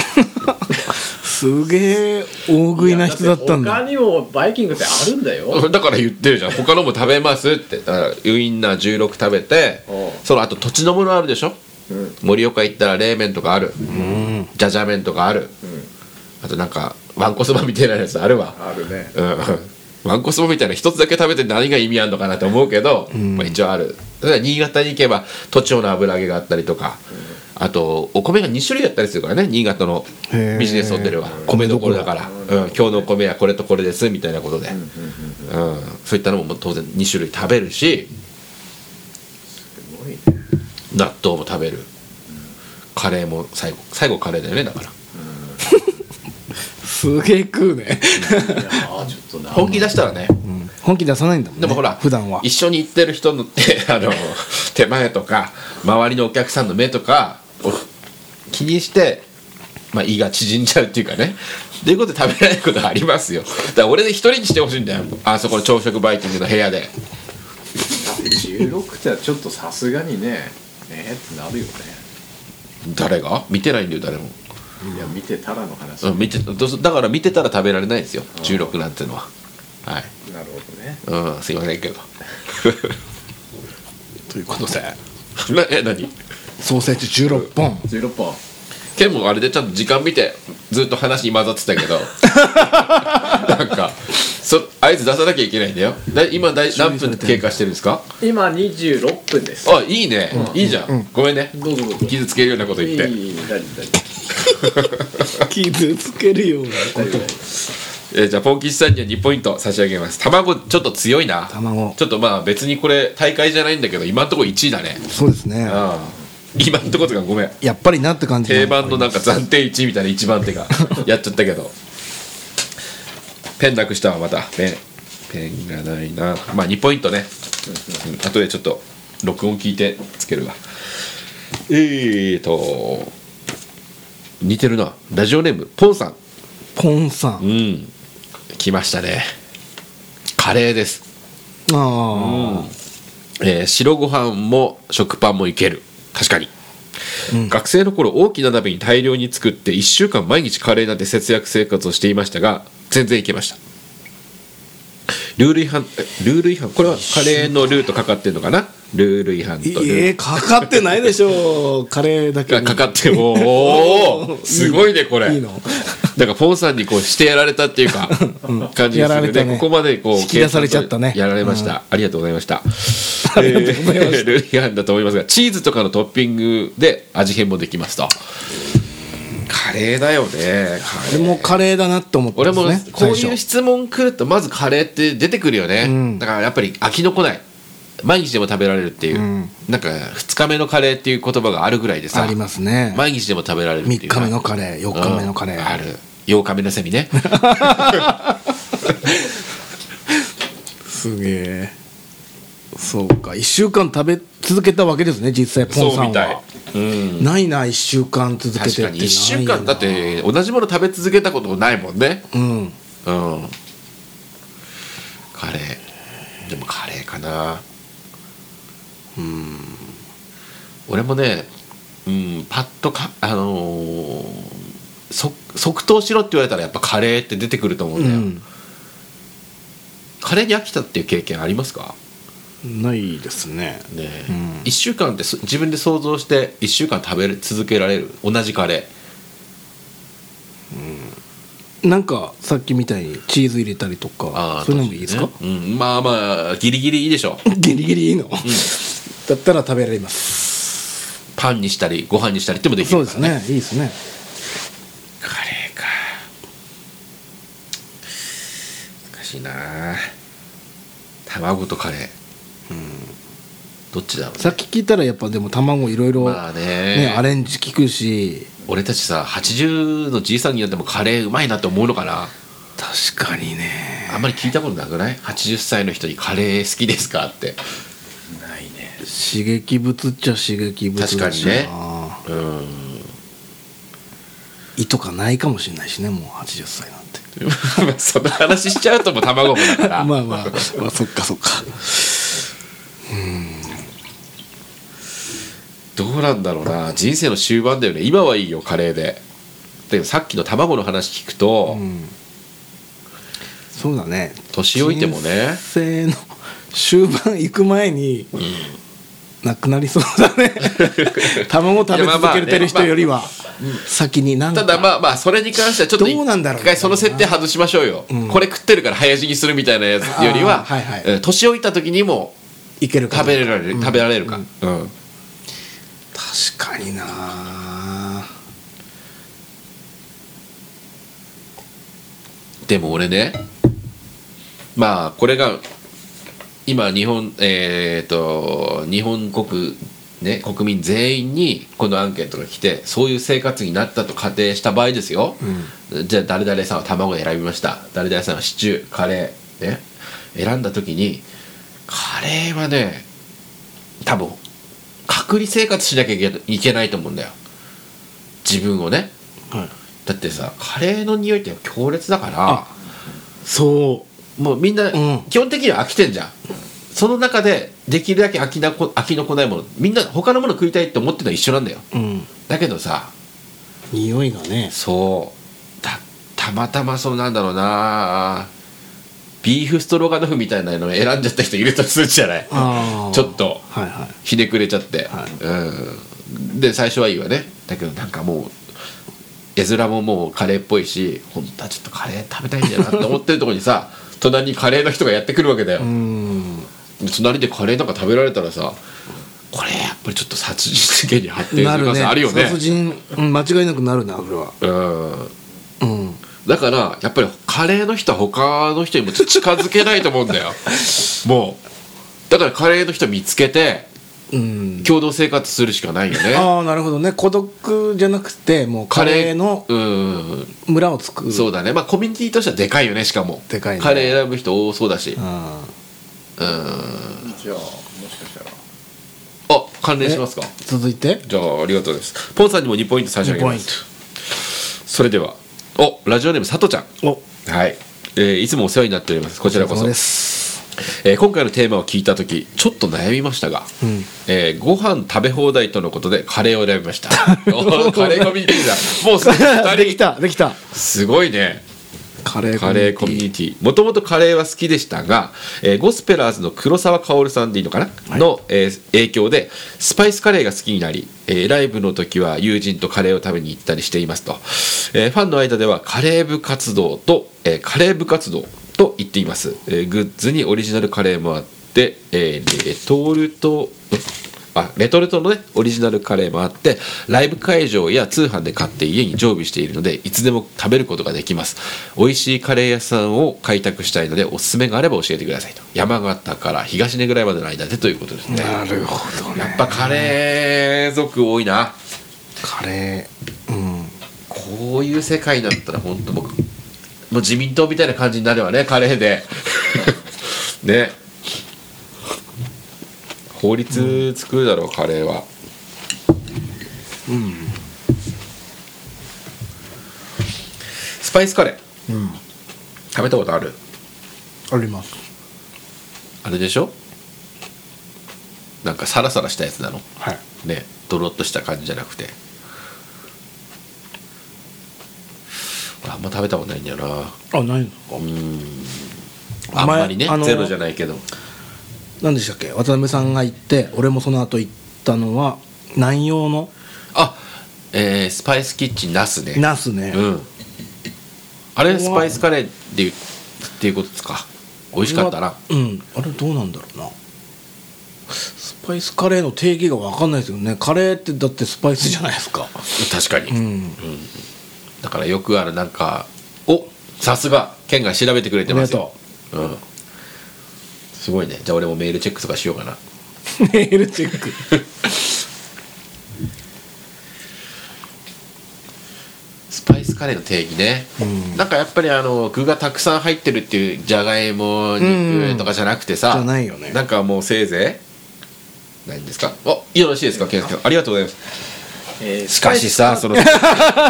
Speaker 1: <laughs>
Speaker 2: すげえ大食いな人だったん
Speaker 3: いや
Speaker 2: だ
Speaker 3: って他にもバイキングってあるんだよ
Speaker 1: だから言ってるじゃん他のも食べますってだからウインナー16食べて
Speaker 3: おう
Speaker 1: そのあと土地のものあるでしょ
Speaker 3: うん
Speaker 1: 盛岡行ったら冷麺とかある
Speaker 2: うん
Speaker 1: じゃじゃ麺とかある
Speaker 3: うん
Speaker 1: あとなんかわんこそばみたいなやつあるわ
Speaker 3: あるね
Speaker 1: うんわんこそばみたいな一つだけ食べて何が意味あるのかなと思うけど、
Speaker 2: ん
Speaker 1: まあ、一応あるだから新潟に行けば都庁の油揚げがあったりとか、あとお米が2種類あったりするからね新潟の
Speaker 2: へー
Speaker 1: ビジネスホテルは米どころだから、うん、今日のお米はこれとこれですみたいなことで、うんそういったのも当然2種類食べるし納豆も食べるカレーも最後最後カレーだよねだから
Speaker 2: すげえ食うね、
Speaker 3: いやーちょっとな
Speaker 1: 本気出したらね
Speaker 2: うん、 <laughs> 本気出さないんだもん、ね、
Speaker 1: でもほら、
Speaker 2: 普段は
Speaker 1: 一緒に行ってる人のって <laughs> あの手前とか周りのお客さんの目とかを気にして、まあ、胃が縮んじゃうっていうかねっていうことで食べられないことありますよだから俺で一人にしてほしいんだよあそこの朝食バイキングの部屋で
Speaker 3: 16ってはちょっとさすがにねえー、ってなるよね
Speaker 1: 誰が見てないんだよ誰も、
Speaker 3: いや見てたらの話、
Speaker 1: うん、見てどうすだから見てたら食べられないですよ16なんてのははい
Speaker 3: なるほどね
Speaker 1: うんすいませんけど <laughs>
Speaker 2: ということで
Speaker 1: な <laughs> え何
Speaker 2: ソーセージ16本
Speaker 3: 16本
Speaker 1: ケンもあれでちゃんと時間見てずっと話に混ざってたけどなんかそ合図出さなきゃいけないんだよだ今だい何分経過してるんですか
Speaker 3: 今26分です
Speaker 1: あいいね、いいじゃん、ごめんね
Speaker 3: どうぞどうぞ
Speaker 1: 傷つけるようなこと言
Speaker 3: いい
Speaker 1: って、
Speaker 3: いい大丈夫大丈
Speaker 2: 傷つけるような
Speaker 3: 夫大丈夫
Speaker 1: えーじゃあポンキッさんには2ポイント差し上げます卵ちょっと強いな
Speaker 2: 卵
Speaker 1: ちょっとまあ別にこれ大会じゃないんだけど今んとこ1位だね
Speaker 2: そうですね
Speaker 1: うん今んとことかごめん
Speaker 2: やっぱりなって感じ
Speaker 1: 定番のなんか暫定1位みたいな一番手がやっちゃったけどペンなくしたわまたペンペンがないなまあ2ポイントね、うん、後でちょっと録音聞いてつけるわえーと似てるなラジオネームポンさん
Speaker 2: ポンさん
Speaker 1: うん来ましたねカレーです、
Speaker 2: ああ
Speaker 1: えー白ご飯も食パンもいける確かに
Speaker 2: うん
Speaker 1: 学生の頃大きな鍋に大量に作って1週間毎日カレーなんて節約生活をしていましたが全然いけましたルール違反えルール違反これはカレーのルーとかかってるのかなルール違反とルー
Speaker 2: ええかかってないでしょうカレーだけ
Speaker 1: が
Speaker 2: に
Speaker 1: かかってもおーすごいねこれ
Speaker 2: いいの
Speaker 1: だからポンさんにこうしてやられたっていうか感じで
Speaker 2: や
Speaker 1: す
Speaker 2: ら
Speaker 1: よ
Speaker 2: れ
Speaker 1: ね
Speaker 2: たね
Speaker 1: ここまでこう
Speaker 2: 引き出されちゃったね
Speaker 1: やられました、ありがとうございました
Speaker 2: <laughs> ありがとうございま
Speaker 1: えー <laughs> ルール違反だと思いますがチーズとかのトッピングで味変もできますとカレーだよねカ
Speaker 2: 俺
Speaker 1: レー
Speaker 2: もカレーだなって思った
Speaker 1: 俺
Speaker 2: んで
Speaker 1: も
Speaker 2: すね
Speaker 1: こうい
Speaker 2: 最初
Speaker 1: う質問来るとまずカレーって出てくるよね、
Speaker 2: うん
Speaker 1: だからやっぱり飽きのこない毎日でも食べられるっていう、
Speaker 2: うん
Speaker 1: なんか2日目のカレーっていう言葉があるぐらいでさ
Speaker 2: ありますね
Speaker 1: 毎日でも食べられるっていう
Speaker 2: 3日目のカレー4日目のカレ
Speaker 1: うん
Speaker 2: ー
Speaker 1: ある8日目のセミ
Speaker 2: <laughs>
Speaker 1: ね
Speaker 2: すげえそうか1週間食べ続けたわけですね実際ポン
Speaker 1: そ
Speaker 2: さ
Speaker 1: うんみたい
Speaker 2: は、
Speaker 1: うん、
Speaker 2: ないな1週間続けてっ
Speaker 1: 確
Speaker 2: て
Speaker 1: か
Speaker 2: な
Speaker 1: に
Speaker 2: いよ
Speaker 1: 1
Speaker 2: な
Speaker 1: 週間だって同じもの食べ続けたことないもんね
Speaker 2: うん
Speaker 1: うんカレーでもカレーかなうん俺もねうんパッとかあのーそ即答しろって言われたらやっぱカレーって出てくると思う
Speaker 2: うん
Speaker 1: だよ、
Speaker 2: ん
Speaker 1: カレーに飽きたっていう経験ありますか
Speaker 2: ないですね
Speaker 1: ねえ、
Speaker 2: うん
Speaker 1: 1週間ってそ自分で想像して1週間食べる続けられる同じカレ
Speaker 2: なんかさっきみたいにチーズ入れたりと
Speaker 1: ー
Speaker 2: かそういうのもいいですか
Speaker 1: 確、にねうん、まあまあギリギリいいでしょう
Speaker 2: ギリギリいいの、だったら食べられます
Speaker 1: パンにしたりご飯にしたりってもでき
Speaker 2: そう
Speaker 1: る
Speaker 2: で
Speaker 1: か
Speaker 2: す
Speaker 1: らね
Speaker 2: ねいいですね
Speaker 1: カレーか難しいな卵とカレーうんどっちだろうね
Speaker 2: さっき聞いたらやっぱでも卵いろいろ
Speaker 1: まあね
Speaker 2: ねアレンジ効くし
Speaker 1: 俺たちさ80のじいさんになってもカレーうまいなって思うのかな
Speaker 2: 確かにね
Speaker 1: あんまり聞いたことなくない80歳の人にカレー好きですかって
Speaker 3: ないね
Speaker 2: 刺激物っちゃ刺激物だしな
Speaker 1: 確かにねうん
Speaker 2: 胃とかないかもしれないしねもう80歳なんて
Speaker 1: <laughs> その話しちゃうともう卵もだから
Speaker 2: <laughs> まあまあまあそっかそっか
Speaker 1: どうなんだろうな人生の終盤だよね今はいいよカレーででもさっきの卵の話聞くと、
Speaker 2: うんそうだね
Speaker 1: 年老いてもね
Speaker 2: 人生の終盤行く前に、なくなりそう
Speaker 1: <laughs>
Speaker 2: だね卵食べ続けてる人よりは先になんか
Speaker 1: ただまあまあそれに関してはちょっと
Speaker 2: どうなんだろう
Speaker 1: 一回その設定外しましょうよ、
Speaker 2: うん
Speaker 1: これ食ってるから早死にするみたいなやつよりは、
Speaker 2: あーはいはい
Speaker 1: うん年老いた時にも
Speaker 2: いけるかな
Speaker 1: 食べられる、食べられるか、うん
Speaker 2: 確かにな
Speaker 1: でも俺ねまあこれが今日本えっ、と日本国ね、国民全員にこのアンケートが来てそういう生活になったと仮定した場合ですよ、じゃあ誰々さんは卵を選びました誰々さんはシチューカレーね選んだ時にカレーはね多分隔離生活しなきゃいけいけないと思うんだよ自分をね
Speaker 2: はい、
Speaker 1: だってさカレーの匂いって強烈だから
Speaker 2: あそ
Speaker 1: もうみんな
Speaker 2: うん
Speaker 1: 基本的には飽きてんじゃん、その中でできるだけ飽きなこ飽きのこないものみんな他のもの食いたいって思ってるのは一緒なんだよ
Speaker 2: ううん
Speaker 1: だけどさ
Speaker 2: 匂いがね
Speaker 1: そうたたまたまそのなんだろうなビーフストロガノフみたいなのを選んじゃった人いるとするじゃない
Speaker 2: あー
Speaker 1: ちょっと
Speaker 2: はいはい
Speaker 1: ひねくれちゃって、
Speaker 2: はい
Speaker 1: うんで最初はいいわねだけどなんかもう絵面ももうカレーっぽいし本当はちょっとカレー食べたいんだよなって思ってるところにさ隣にカレーの人がやってくるわけだよ
Speaker 2: うー、ん
Speaker 1: 隣でカレーなんか食べられたらさこれやっぱりちょっと殺人事件に発展する可能性あるよね
Speaker 2: 殺人うん間違いなくなるなこれは
Speaker 1: うん
Speaker 2: うん
Speaker 1: だからやっぱりカレーの人は他の人にも近づけないと思うん
Speaker 2: <laughs>
Speaker 1: だよもうだからカレーの人見つけて
Speaker 2: うん
Speaker 1: 共同生活するしかないよね
Speaker 2: ああなるほどね孤独じゃなくてもうカレーの
Speaker 1: うん
Speaker 2: 村を作る
Speaker 1: そうだねまあコミュニティとしてはでかいよねしかも
Speaker 2: でかいね
Speaker 1: カレー選ぶ人多そうだしうん
Speaker 2: あー
Speaker 1: あ
Speaker 3: じゃあもしかしたら
Speaker 1: 関連しますか
Speaker 2: 続いて
Speaker 1: じゃあありがとうですポンさんにも2ポイント差し上げま
Speaker 2: 2ポ
Speaker 1: すそれではおラジオネームさとちゃん
Speaker 2: お
Speaker 1: はい、えーいつもお世話になっておりますこちらこそ
Speaker 2: うです
Speaker 1: えー今回のテーマを聞いた時ちょっと悩みましたが、
Speaker 2: うん
Speaker 1: えーご飯食べ放題とのことでカレーを選びましたおーカレーコミュニティだもうすでに二人
Speaker 2: できたできた <laughs>
Speaker 1: すごいね
Speaker 2: カレー
Speaker 1: カレーコミュニティもともとカレーは好きでしたが、えーゴスペラーズの黒沢薫さんでいいのかな、
Speaker 2: い
Speaker 1: の、えー影響でスパイスカレーが好きになり、えーライブの時は友人とカレーを食べに行ったりしていますと、えーファンの間ではカレー部活動と、えーカレー部活動と言っています、えーグッズにオリジナルカレーもあって、えーレトルトあレトルトのねオリジナルカレーもあってライブ会場や通販で買って家に常備しているのでいつでも食べることができます美味しいカレー屋さんを開拓したいのでおすすめがあれば教えてくださいと山形から東根ぐらいまでの間でということですね
Speaker 2: なるほどね
Speaker 1: やっぱカレー族多いな
Speaker 2: カレーうん
Speaker 1: こういう世界だったら本当僕もう自民党みたいな感じになるわねカレー <laughs> でね法律作るだろうカレーはスパイスカレー
Speaker 2: うん
Speaker 1: 食べたことある
Speaker 2: あります
Speaker 1: あれでしょなんかサラサラしたやつなの
Speaker 2: はい
Speaker 1: ねドロッとした感じじゃなくて俺あんま食べたことないんだよな
Speaker 2: あないの
Speaker 1: あんまりね
Speaker 2: 前あの
Speaker 1: ゼロじゃないけど
Speaker 2: 何でしたっけ渡辺さんが行って俺もその後行ったのは南洋の
Speaker 1: あえースパイスキッチンナスね
Speaker 2: ナスね、
Speaker 1: うんあれ
Speaker 2: ここ
Speaker 1: ス
Speaker 2: は
Speaker 1: パイスカレーっていうっていうことですか美味しかったな
Speaker 2: うんあれどうなんだろうなスパイスカレーの定義が分かんないですよねカレーってだってスパイスじゃないですか
Speaker 1: 確かに、
Speaker 2: うん
Speaker 1: だからよくあるなんかおさすが県が調べてくれてますようんすごいねじゃあ俺もメールチェックとかしようかな
Speaker 2: メールチェック
Speaker 1: スパイスカレーの定義ね、
Speaker 2: うん
Speaker 1: なんかやっぱりあの具がたくさん入ってるっていうじゃがいも
Speaker 2: う
Speaker 1: 肉
Speaker 2: ん
Speaker 1: とかじゃなくてさ、
Speaker 2: じゃないよね
Speaker 1: なんかもうせいぜいないんですかおよろしいですか健介さんありがとうございます
Speaker 3: えー
Speaker 1: しかしさその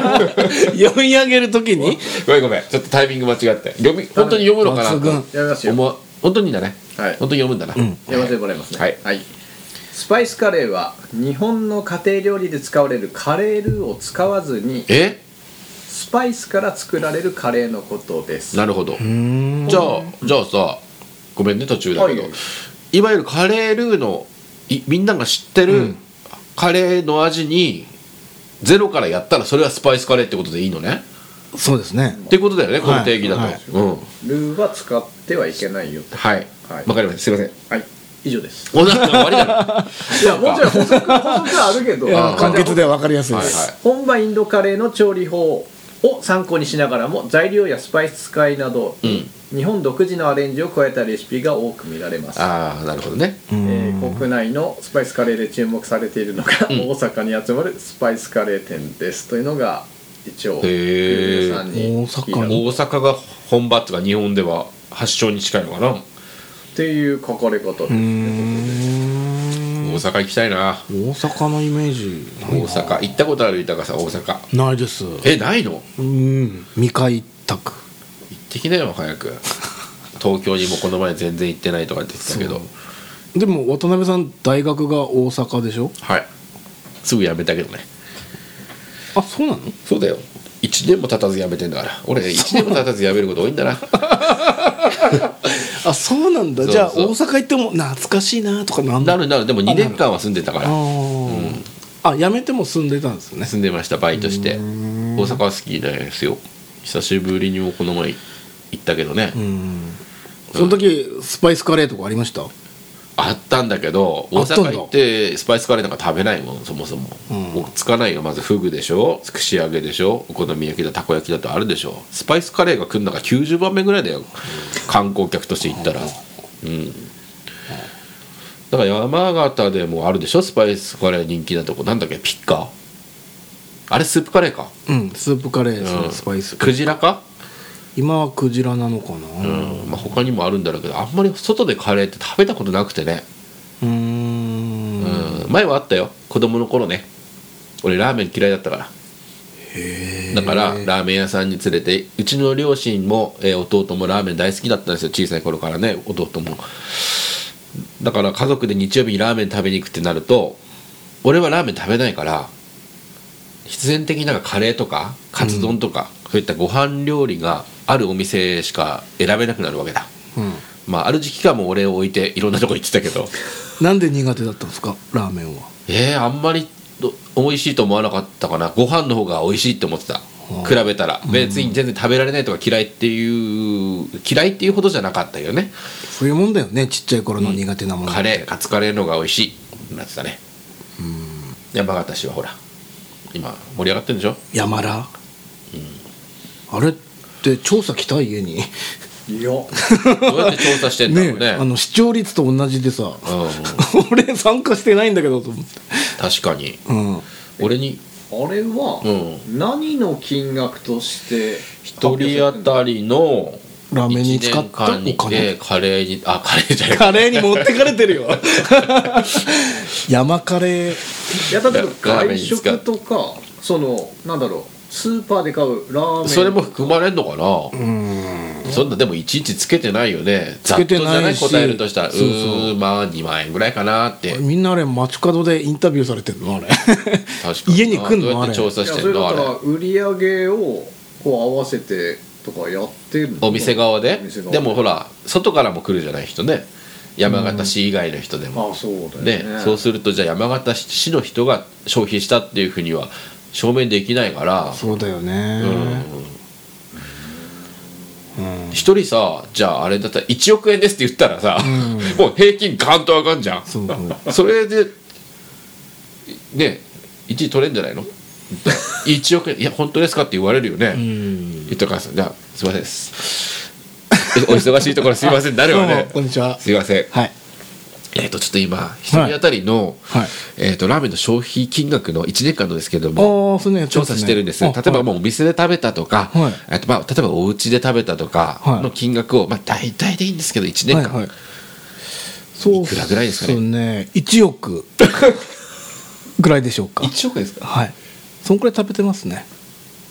Speaker 2: 読み上げるときに
Speaker 1: ごめんごめんちょっとタイミング間違って読み本当に読むのかな
Speaker 2: 抜群
Speaker 1: と
Speaker 3: やめますよ
Speaker 1: 思う本当にだね、
Speaker 3: はい
Speaker 1: 本当に読むんだな、
Speaker 2: うん
Speaker 3: やばせてもらいますね
Speaker 1: はい
Speaker 3: スパイスカレーは日本の家庭料理で使われるカレールーを使わずに
Speaker 1: え
Speaker 3: スパイスから作られるカレーのことです
Speaker 1: なるほど、
Speaker 2: うん
Speaker 1: じゃあじゃあさごめんね途中だけど、
Speaker 3: はい
Speaker 1: い、わゆるカレールーのいみんなが知ってる、カレーの味にゼロからやったらそれはスパイスカレーってことでいいのね
Speaker 2: そうですね
Speaker 1: ってことだよねこ
Speaker 2: は
Speaker 1: の
Speaker 2: い
Speaker 1: 定義だと、
Speaker 2: はい
Speaker 1: うん
Speaker 3: ルーは使ってはいけないよと
Speaker 1: はいわ、
Speaker 3: はい
Speaker 1: かりましたすいません
Speaker 3: はい以上です
Speaker 1: おなんか終わりだろはい
Speaker 3: やもちろん補足補足はあるけど
Speaker 2: いや
Speaker 1: ー
Speaker 2: 簡潔で
Speaker 3: は
Speaker 2: 分かりやすい
Speaker 1: いは
Speaker 2: で
Speaker 1: い
Speaker 2: す、
Speaker 3: 本場インドカレーの調理法を参考にしながらも材料やスパイス使いなど、
Speaker 1: うん
Speaker 3: 日本独自のアレンジを加えたレシピが多く見られます
Speaker 1: ああなるほどね
Speaker 2: うん
Speaker 3: えー国内のスパイスカレーで注目されているのが、大阪に集まるスパイスカレー店ですというのが一応
Speaker 1: へー
Speaker 3: ユーザさんに聞いた
Speaker 2: 大阪に
Speaker 1: 大阪が本場とか日本では発祥に近いのかな、
Speaker 3: っていう書かれ方です
Speaker 2: うー
Speaker 3: ね
Speaker 2: ん
Speaker 1: 大阪行きたいな
Speaker 2: 大阪のイメージない
Speaker 1: 大
Speaker 2: な
Speaker 1: 阪行ったことある豊かさん大阪
Speaker 2: ないです
Speaker 1: えないの
Speaker 2: うん未開拓
Speaker 1: 行ってきなよ早く東京にもこの前全然行ってないとかって言ってたけど
Speaker 2: でも渡辺さん大学が大阪でしょ
Speaker 1: はいすぐ辞めたけどね
Speaker 2: あそうなの
Speaker 1: そうだよ1年も経たず辞めてんだから俺1年も経たず辞めること多いんだな
Speaker 2: あそうなん
Speaker 1: そ
Speaker 2: だ
Speaker 1: うそう
Speaker 2: じゃあ大阪行っても懐かしいなとかなんだ
Speaker 1: <laughs> なるなるでも2年間は住んでたか
Speaker 2: あ
Speaker 1: ら
Speaker 2: ーあ辞めても住んでたんですね
Speaker 1: 住んでましたバイトして大
Speaker 2: うん
Speaker 1: 阪は好きですよ久しぶりにもこの前行ったけどね、
Speaker 2: うんその時スパイスカレーとかありました
Speaker 1: あったんだけど大
Speaker 2: あったんだ
Speaker 1: 阪行ってスパイスカレーなんか食べないもんそもそも、
Speaker 2: うん
Speaker 1: もうつかないよまずフグでしょ串揚げでしょお好み焼きだたこ焼きだとあるでしょスパイスカレーが来るのが90番目ぐらいだよ観光客として行ったらうんだから山形でもあるでしょスパイスカレー人気なとこなんだっけピッカあれスープカレーか、
Speaker 2: うんスープカレー
Speaker 1: う
Speaker 2: そ
Speaker 1: ん
Speaker 2: うスパイス
Speaker 1: クジラか、
Speaker 2: 今はクジラなのかな
Speaker 1: うんまあ、他にもあるんだろうけどあんまり外でカレーって食べたことなくてね
Speaker 2: うーん
Speaker 1: うん前はあったよ子供の頃ね俺ラーメン嫌いだったから
Speaker 2: へえ
Speaker 1: だからラーメン屋さんに連れてうちの両親も、えー弟もラーメン大好きだったんですよ小さい頃からね弟もだから家族で日曜日にラーメン食べに行くってなると俺はラーメン食べないから必然的になんかカレーとかカツ丼とか、そういったご飯料理があるお店しか選べなくなるわけだ
Speaker 2: うん
Speaker 1: まあある時期間も俺を置いていろんなとこ行ってたけど
Speaker 2: なんで苦手だったんですかラーメンは
Speaker 1: えー、あんまりど美味しいと思わなかったかなご飯の方が美味しいって思ってた
Speaker 2: あ
Speaker 1: 比べたら別に全然食べられないとか嫌いっていう嫌いっていうほどじゃなかったよね
Speaker 2: そういうもんだよねちっちゃい頃の苦手なもの
Speaker 1: カレーカツカレーの方が美味しいなってたね山形市はほら今盛り上がってるんでしょ
Speaker 2: 山ら、あれって調査来た家に
Speaker 3: いや
Speaker 1: どうやって調査してんだろうね
Speaker 2: あの視聴率と同じでさ、
Speaker 1: うん、
Speaker 2: <laughs> 俺参加してないんだけどと思って
Speaker 1: 確かに
Speaker 2: うん
Speaker 1: 俺に
Speaker 3: あれは
Speaker 1: う
Speaker 3: 何の金額として
Speaker 1: 一人当たりの
Speaker 2: ラーメンに使ったお
Speaker 1: 1年間に
Speaker 2: 金
Speaker 1: でカレーにあカレーじゃない
Speaker 2: カレーに持ってかれてる
Speaker 1: <laughs>
Speaker 2: よ山カレー
Speaker 3: いや例えば
Speaker 1: ラーメン
Speaker 3: 外
Speaker 1: に使う
Speaker 3: 食とかそのなんだろうスーパーで買うラーメンとか
Speaker 1: それも含まれんのかな
Speaker 2: うん
Speaker 1: そんなでもいちいちつけてないよね
Speaker 2: つけてないし
Speaker 1: ざっとじゃない答えるとしたらう
Speaker 2: そうそう
Speaker 1: ーんまあ2万円ぐらいかなって
Speaker 2: みんなあれ街角でインタビューされてるのあれ
Speaker 1: 確かに
Speaker 2: 家に来ん
Speaker 1: どうや
Speaker 2: の
Speaker 1: っ
Speaker 2: あ
Speaker 1: て
Speaker 2: れ
Speaker 1: 調査
Speaker 3: い
Speaker 1: し
Speaker 3: や
Speaker 1: て
Speaker 3: それ
Speaker 1: んの
Speaker 3: だ
Speaker 1: あ
Speaker 3: か
Speaker 1: れ
Speaker 3: ら売り上げをこう合わせてとかやってるの
Speaker 1: お店側で
Speaker 3: お店側
Speaker 1: でもほら外からも来るじゃない人ね山形市以外の人でも
Speaker 3: あそうだ
Speaker 1: ね
Speaker 3: よね
Speaker 1: そうするとじゃあ山形市の人が消費したっていうふうには証明できないから
Speaker 2: そうだよ
Speaker 1: う
Speaker 2: ね
Speaker 1: ん
Speaker 2: うん、
Speaker 1: 一人さじゃああれだったら1億円ですって言ったらさ
Speaker 2: ん
Speaker 1: もう平均ガンと上がんじゃん
Speaker 2: そうそう
Speaker 1: それでね1位取れんじゃないの1億円いや本当ですかって言われるよね、
Speaker 2: うん
Speaker 1: 豊川さんじゃあすいませんです <laughs> お忙しいところすいませんなるわ
Speaker 2: どう
Speaker 1: ね
Speaker 2: もこんにちは
Speaker 1: すいません
Speaker 2: はい
Speaker 1: えっ、とちょっと今一人当たりの、
Speaker 2: はい
Speaker 1: えっとラーメンの消費金額の1年間のですけれど
Speaker 2: あ
Speaker 1: も
Speaker 2: あそういうのやって
Speaker 1: 調
Speaker 2: ます
Speaker 1: 査
Speaker 2: ね
Speaker 1: してるんです、
Speaker 2: あ
Speaker 1: 例えばもうお店で食べたとか、
Speaker 2: はい
Speaker 1: えっとまあ、例えばお家で食べたとか
Speaker 2: はい
Speaker 1: の金額を、まあ、大体でいいんですけど1年間、
Speaker 2: はいはい、そう
Speaker 1: いくらぐらいですかね
Speaker 2: そうね1億
Speaker 1: <laughs>
Speaker 2: ぐらいでしょうか
Speaker 1: 1億円ですか
Speaker 2: はいそんくらい食べてますね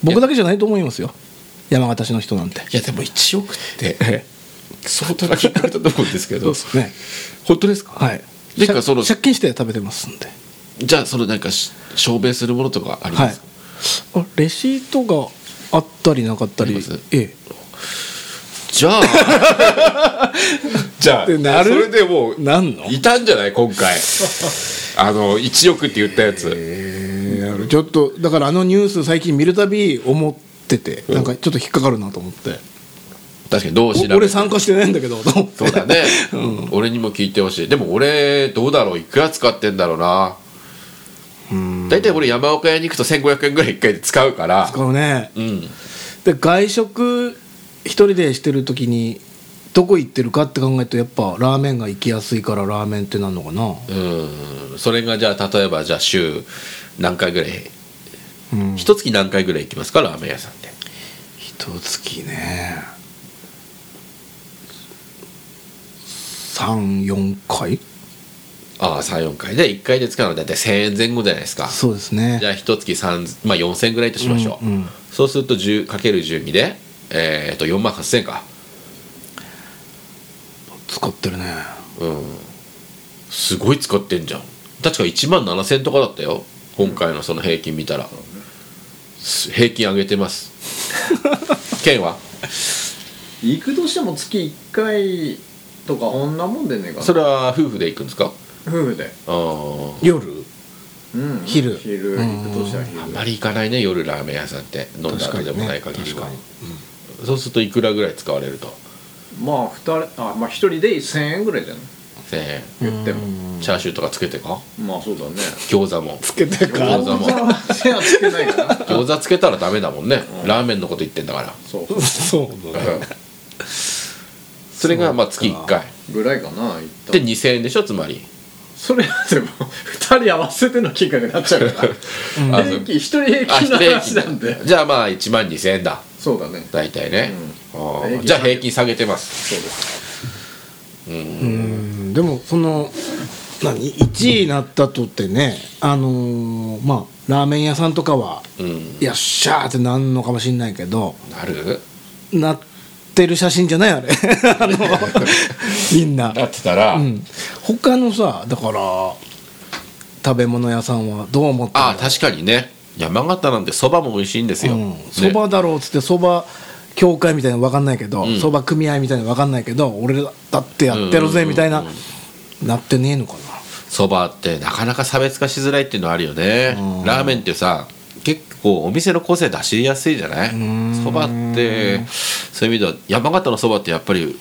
Speaker 2: 僕だけじゃないと思いますよ山形市の人なんて
Speaker 1: いやでも1億って <laughs> 相当な金額だと思うんですけ
Speaker 2: そう
Speaker 1: ど
Speaker 2: ですね
Speaker 1: 本当ですか
Speaker 2: はい
Speaker 1: てかその
Speaker 2: 借借金して食べてますんで
Speaker 1: じゃあそのなんかし証明するものとかあり
Speaker 2: は
Speaker 1: ま
Speaker 2: い
Speaker 1: すか、
Speaker 2: あレシートがあったりなかった
Speaker 1: あ
Speaker 2: り
Speaker 1: ります
Speaker 2: え
Speaker 1: じゃあ <laughs> じ <laughs> ゃあ
Speaker 2: ってなる
Speaker 1: それでも
Speaker 2: え
Speaker 1: う
Speaker 2: なんの
Speaker 1: いたんじゃない今 <laughs> 回あの1億って言ったやつ
Speaker 2: えーちょっとだからあのニュース最近見るたび思っててなんかちょっと引っかかるなと思って
Speaker 1: 確かにどう調べ
Speaker 2: お俺参加してないんだけどと思って
Speaker 1: <laughs> そう
Speaker 2: <laughs>
Speaker 1: だね、俺にも聞いてほしいでも俺どうだろういくら使ってんだろうな大体俺山岡屋に行くと1500円ぐらい1回で使うから
Speaker 2: 使うね
Speaker 1: うん
Speaker 2: で外食一人でしてる時にどこ行ってるかって考えるとやっぱラーメンが行きやすいからラーメンってなんのかな
Speaker 1: うんそれがじゃあ例えばじゃあ週何回ぐらい
Speaker 2: うん
Speaker 1: 一月何回ぐらい行きますかラーメン屋さんって
Speaker 2: 一月ね34回
Speaker 1: ああ34回で1回で使うのは大体1000円前後じゃないですか
Speaker 2: そうですね
Speaker 1: じゃあ一月三まあ4000ぐらいとしましょう、
Speaker 2: うんうん
Speaker 1: そうすると 10×12 でえー、と4万8000か
Speaker 2: 使ってるね
Speaker 1: うんすごい使ってんじゃん確か1万7000とかだったよ今回のその平均見たら、す平均上げてます <laughs> 県は
Speaker 3: 行くとしても月1回とかこんなもんでねえかな
Speaker 1: それは夫婦で行くんですか
Speaker 3: 夫婦で、
Speaker 1: あー
Speaker 2: 夜
Speaker 3: うん、
Speaker 2: 昼
Speaker 3: 昼
Speaker 2: うん
Speaker 3: 行くとしたら
Speaker 1: あ
Speaker 3: 昼
Speaker 1: んまり行かないね夜ラーメン屋さんって飲んだわけでもない限り
Speaker 2: 確
Speaker 1: は、
Speaker 2: かに
Speaker 1: そうするといくらぐらい使われると
Speaker 3: まあ2人あまあ1人で1000円ぐらいじゃない
Speaker 1: 1000円
Speaker 3: 言っても
Speaker 1: チャーシューとかつけてか
Speaker 3: まあそうだね
Speaker 1: 餃子も
Speaker 2: つけて
Speaker 1: 餃子も
Speaker 3: 手はつけないかな
Speaker 1: 餃子つけたらダメだもんね、ラーメンのこと言ってんだから、
Speaker 3: そう
Speaker 2: そうだね
Speaker 1: うんそれがまあ月1回
Speaker 3: ぐらいかな行った
Speaker 1: で2000円でしょつまり
Speaker 3: それはでも2人合わせての金額になっちゃうから
Speaker 1: あ <laughs> そう
Speaker 3: 平均1人平
Speaker 1: あ
Speaker 3: 均の
Speaker 1: 一平
Speaker 3: 話
Speaker 1: 均
Speaker 3: なんで
Speaker 1: じゃあまあ1万2000円だ
Speaker 3: そうだね
Speaker 1: 大体ね、あー
Speaker 3: 平均
Speaker 1: じゃあ平均下げてます
Speaker 3: そうです
Speaker 2: うんでもその何1位になったとってねあのーまあラーメン屋さんとかは
Speaker 1: うん
Speaker 2: よっしゃーってなんのかもしんないけど
Speaker 1: なる
Speaker 2: なってる写真じゃないあれ <laughs> あのみんな
Speaker 1: なってたら、
Speaker 2: うん、他のさだから食べ物屋さんはどう思って
Speaker 1: ああ確かにね山形なんてそばも美味しいんですよ、ね
Speaker 2: そば、蕎麦だろうっつってそば協会みたいなの分かんないけど
Speaker 1: ん
Speaker 2: そば、蕎麦組合みたいなの分かんないけど俺だってやってるぜみたいな、なってねえのか
Speaker 1: そばってなかなか差別化しづらいっていうのはあるよね
Speaker 2: うん
Speaker 1: ラーメンってさ結構お店の個性出しやすいじゃない
Speaker 2: ん
Speaker 1: そばってそういう意味では山形のそばってやっぱり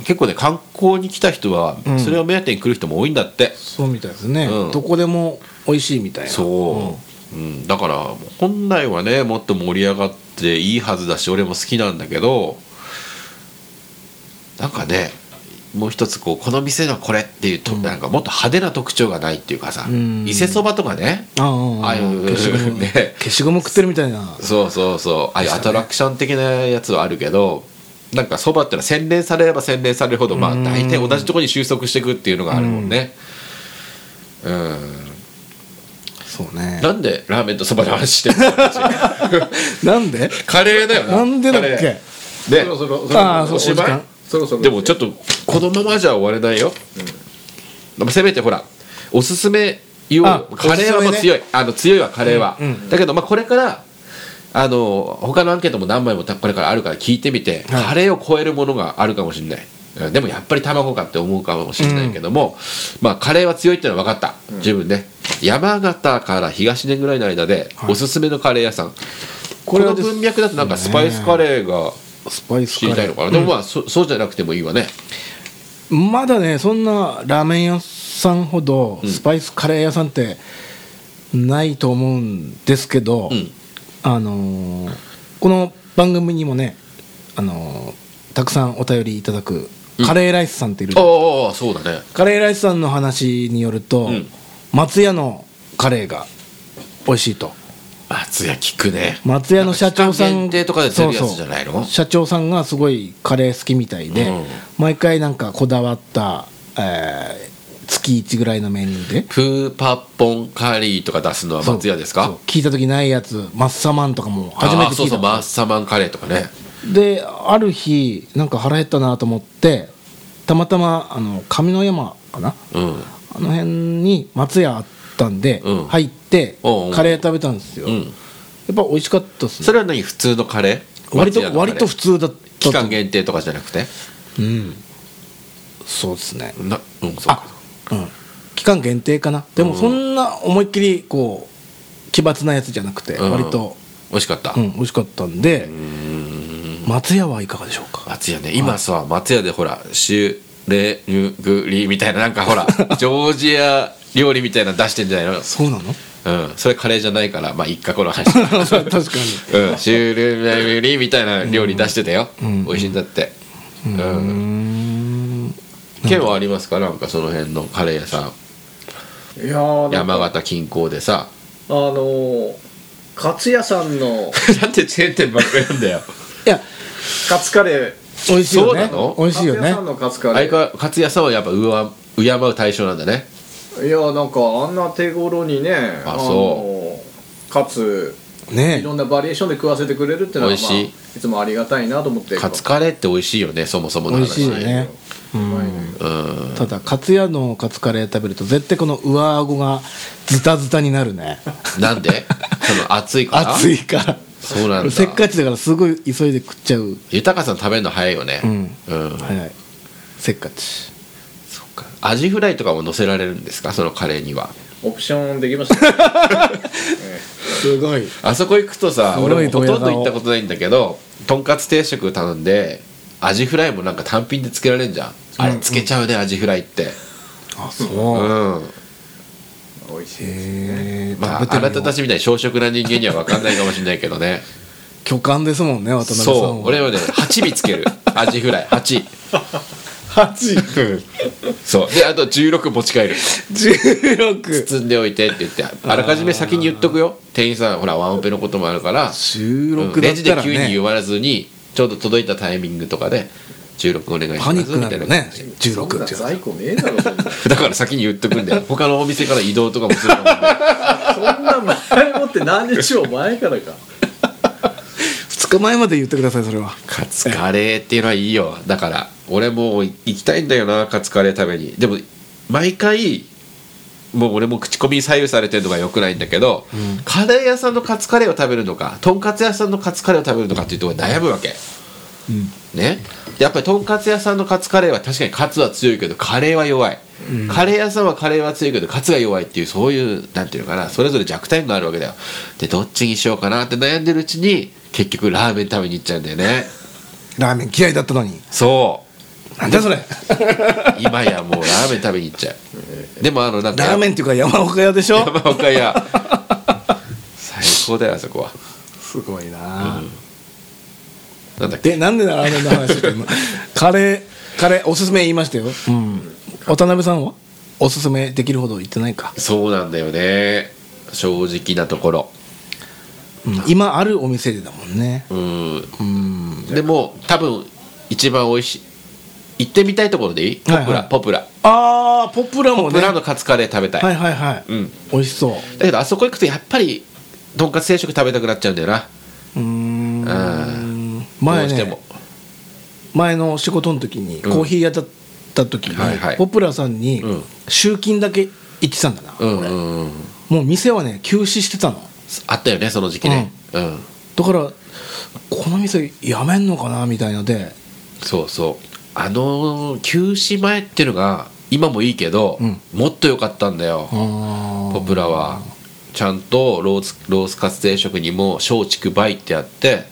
Speaker 1: 結構ね観光に来た人は
Speaker 2: うん
Speaker 1: それを目当てに来る人も多いんだって
Speaker 2: な、そうみたいですね、
Speaker 1: うん
Speaker 2: どこでも美味しいみたいな
Speaker 1: そう、うん、だから本来はねもっと盛り上がっていいはずだし俺も好きなんだけどなんかねもう一つこうこの店のこれっていうと、なんかもっと派手な特徴がないっていうかさ、
Speaker 2: うん
Speaker 1: 伊勢そばとかね
Speaker 2: ああああ
Speaker 1: ああいう
Speaker 2: 消しゴム、
Speaker 1: ね
Speaker 2: 消しゴム食ってるみたいな
Speaker 1: そうそうそうああいうアトラクション的なやつはあるけどなんかそばってのは洗練されれば洗練されるほどまあ
Speaker 2: うん
Speaker 1: 大体同じところに収束していくっていうのがあるもんねうん
Speaker 2: そうね
Speaker 1: なんでラーメンとそばの話してるの <laughs> 私
Speaker 2: なんで
Speaker 1: カレーだよな
Speaker 2: なんでだっ
Speaker 1: カ
Speaker 2: け
Speaker 1: レーね
Speaker 3: そろそろ
Speaker 2: ああそう
Speaker 1: おしまい
Speaker 2: お時間
Speaker 3: そろそろ
Speaker 1: でもちょっとこのままじゃ終われないよ、でもせめてほらおすすめ言おうよ
Speaker 2: あ
Speaker 1: カレーはもう
Speaker 2: おすすめ
Speaker 1: 強
Speaker 2: ね
Speaker 1: い、あの強いはカレーは、
Speaker 2: うんうん
Speaker 1: だけどまあこれからあの他のアンケートも何枚もたこれからあるから聞いてみて、
Speaker 2: はい
Speaker 1: カレーを超えるものがあるかもしれないうんでもやっぱり卵かって思うかもしれないけども、まあカレーは強いってのは分かった十分ね、山形から東根ぐらいの間で
Speaker 2: はい
Speaker 1: おすすめのカレー屋さん、こ
Speaker 2: これ
Speaker 1: れ
Speaker 2: は
Speaker 1: の
Speaker 2: です
Speaker 1: 文脈だとなんかスパイスカレーが
Speaker 2: スパイス
Speaker 1: 知り
Speaker 2: カレー
Speaker 1: たいのかな、でもまあそそうじゃなくてもいいわね
Speaker 2: まだねそんなラーメン屋さんほどスパイスカレー屋さんってないと思うんですけど、
Speaker 1: うん
Speaker 2: あのーこの番組にもね、あのーたくさんお便りいただくカレーライスさんっている、
Speaker 1: ああそうだね
Speaker 2: カレーライスさんの話によると、
Speaker 1: うん
Speaker 2: 松屋のカレーが美味しいと
Speaker 1: 松屋聞くね
Speaker 2: 松屋の社長さ
Speaker 1: な
Speaker 2: ん
Speaker 1: んか期間限定とかで出るやつじゃないの
Speaker 2: 社長さんがすごいカレー好きみたいで、
Speaker 1: うん
Speaker 2: 毎回なんかこだわった、えー月1ぐらいのメニューで
Speaker 1: プーパッポンカリーとか出すのは松屋です
Speaker 2: そう
Speaker 1: か
Speaker 2: 聞いた時ないやつマッサマンとかも初め
Speaker 1: あー
Speaker 2: て
Speaker 1: そ
Speaker 2: 聞
Speaker 1: う
Speaker 2: い
Speaker 1: そう
Speaker 2: た
Speaker 1: マッサマンカレーとかね
Speaker 2: である日なんか腹減ったなと思ってたまたまあの上の山かな
Speaker 1: うん
Speaker 2: あの辺に松屋あったんで、
Speaker 1: うん
Speaker 2: 入って
Speaker 1: おうおう
Speaker 2: カレー食べたんですよ、
Speaker 1: う
Speaker 2: や
Speaker 1: ん
Speaker 2: っぱ美味しかったっす
Speaker 1: そ
Speaker 2: ね
Speaker 1: れは何普通のカレー
Speaker 2: 割と
Speaker 1: 松屋のカレ
Speaker 2: 割
Speaker 1: ー
Speaker 2: と普通だった
Speaker 1: 期間限定とかじゃなくて
Speaker 2: うんそうですね
Speaker 1: なうんそう
Speaker 2: あ
Speaker 1: か
Speaker 2: うん期間限定かなでもそんな思いっきりこう奇抜なやつじゃなくて
Speaker 1: うん
Speaker 2: 割と、
Speaker 1: 美味しかった、
Speaker 2: うん美味しかったんで松屋はいかがでしょうか
Speaker 1: 松屋ね今さ松屋でほらシュレニュグリみたいななんか <laughs> ほらジョージア料理みたいなの出してんじゃないの
Speaker 2: そうなの
Speaker 1: うんそれカレーじゃないからまあ一過この <laughs> 話
Speaker 2: 確かに
Speaker 1: うん、シュールライブリーみたいな料理出してたよ、
Speaker 2: ん
Speaker 1: 美味しいんだって、
Speaker 2: ううーん
Speaker 1: 県はありますかなんかその辺のカレー屋さん
Speaker 3: いやーなんか
Speaker 1: 山形近郊でさ <laughs>
Speaker 3: あのー、カツ屋さんの
Speaker 1: なんでチェーン店ばっかりなんだよ
Speaker 2: いや
Speaker 3: カツカレー
Speaker 2: 美味しいよね
Speaker 1: そうなの
Speaker 2: 美味しいよ
Speaker 3: カツ屋
Speaker 2: ね
Speaker 3: さんのカツカ
Speaker 1: あ
Speaker 3: レ
Speaker 1: れか勝也さんはやっぱうわ敬う対象なんだね
Speaker 3: ーいやーなんかあんな手頃にね
Speaker 1: あ
Speaker 3: の
Speaker 1: そ
Speaker 3: カツい
Speaker 2: ね
Speaker 3: ろんなバリエーションで食わせてくれるってのは、
Speaker 1: 美
Speaker 3: まあ、
Speaker 1: 味しい
Speaker 3: いつもありがたいなと思って
Speaker 1: カツカレーって美味しいよねそもそもの
Speaker 2: 美味しい
Speaker 1: 話
Speaker 2: よねう
Speaker 3: うんん
Speaker 1: うん
Speaker 2: ただカツヤのカツカレー食べると絶対この上顎がズタズタになるね
Speaker 1: なん
Speaker 2: <laughs>
Speaker 1: でその暑いから
Speaker 2: 熱いから
Speaker 1: そうなんだ
Speaker 2: せっかちだからすごい急いで食っちゃう
Speaker 1: 豊さん食べるの早いよね
Speaker 2: うん
Speaker 1: うん
Speaker 2: 早いせっかち
Speaker 1: そっかアジフライとかも乗せられるんですかそのカレーには
Speaker 3: オプションできましたね、
Speaker 2: すごい
Speaker 1: あそこ行くとさ
Speaker 2: すごい
Speaker 1: 俺もほとん
Speaker 2: ドヤ
Speaker 1: ど
Speaker 2: 顔
Speaker 1: 行ったことないんだけどとんかつ定食頼んでアジフライもなんか単品でつけられんじゃんあれつけちゃうねアジフライって
Speaker 2: あ
Speaker 1: う
Speaker 2: そうん
Speaker 3: 美味しいです
Speaker 2: へえ
Speaker 1: まああなたた
Speaker 2: ち
Speaker 1: ちみたいに小食な人間には分かんないかもしれないけど
Speaker 2: <laughs>
Speaker 1: ね
Speaker 2: 巨漢ですもんね渡辺さん
Speaker 1: そう俺はね8尾つ
Speaker 2: <laughs>
Speaker 1: けるアジフライ8
Speaker 2: 8
Speaker 1: そうであと16持ち帰
Speaker 2: <laughs>
Speaker 1: る
Speaker 2: 16
Speaker 1: 包んでおいてって言ってあらかじめ先に言っとくよ店員さんほらワンオペのこともあるから
Speaker 2: 16
Speaker 1: うん
Speaker 2: だ
Speaker 1: レ
Speaker 2: っ
Speaker 1: ジ
Speaker 2: た
Speaker 1: で
Speaker 2: ら
Speaker 1: 急に言
Speaker 2: ね
Speaker 1: わずにちょうど届いたタイミングとかで16お願いします
Speaker 2: パニックになるよね
Speaker 1: みたいな
Speaker 2: 16っ
Speaker 3: そんな
Speaker 2: て言われ
Speaker 3: 在庫ねえだろそんな
Speaker 1: だから先に言っとくんだよ他のお店から移動とかもするのもね
Speaker 3: そんな前もって何日も前からか
Speaker 2: 2日前まで言ってくださいそれは
Speaker 1: カツカレーっていうのはいいよだから俺もう行きたいんだよなカツカレー食べにでも毎回もう俺も口コミに左右されてるのがよくないんだけど、カレー屋さんのカツカレーを食べるのかとんかつ屋さんのカツカレーを食べるのかっていうところで悩むわけ、
Speaker 2: うん
Speaker 1: ね、やっぱりとんかつ屋さんのカツカレーは確かにカツは強いけどカレーは弱い、カレー屋さんはカレーは強いけどカツが弱いっていうそういうなんていうのかなそれぞれ弱点があるわけだよでどっちにしようかなって悩んでるうちに結局ラーメン食べに行っちゃうんだよね
Speaker 2: ラーメン嫌いだったのに
Speaker 1: そう
Speaker 2: なんだそれ
Speaker 1: 今やもうラーメン食べに行っちゃうでもあのなんか
Speaker 2: ラーメンっていうか山岡屋でしょ
Speaker 1: 山岡屋最高だよあそこは
Speaker 2: すごいな
Speaker 1: なんだっけ
Speaker 2: でなんでラーメンの話してんのカレーカレーおすすめ言いましたよ、うん、渡辺さんはおすすめできるほど言ってないか、
Speaker 1: そうなんだよね正直なところ
Speaker 2: うん、今あるお店でだもんね
Speaker 1: うん
Speaker 2: うん
Speaker 1: でも多分一番美味しい行ってみたいところでいいポプラ、
Speaker 2: はいはい
Speaker 1: ポプラ
Speaker 2: あーポプラも
Speaker 1: ポ
Speaker 2: ね
Speaker 1: プラのカツカレー食べたい、
Speaker 2: はいはいはい、
Speaker 1: うん
Speaker 2: 美味しそう
Speaker 1: だけどあそこ行くとやっぱりとんかつ定食食べたくなっちゃうんだよな
Speaker 2: うーん
Speaker 1: うん
Speaker 2: 前
Speaker 1: どうして
Speaker 2: ね
Speaker 1: も
Speaker 2: 前の仕事の時にコーヒー屋だった時に、
Speaker 1: はいはい
Speaker 2: ポプラさんに
Speaker 1: うん
Speaker 2: 集金だけ行ってたんだな、
Speaker 1: うんうんうん
Speaker 2: もう店はね休止してたの
Speaker 1: あったよねその時期ねうん、
Speaker 2: だからこの店やめんのかなみたいので
Speaker 1: そうそうあのー休止前っていうのが今もいいけど、
Speaker 2: うん
Speaker 1: もっと良かったんだよ、ポ
Speaker 2: ポ
Speaker 1: プラはちゃんとロースロースカツ定食にも松竹梅ってあって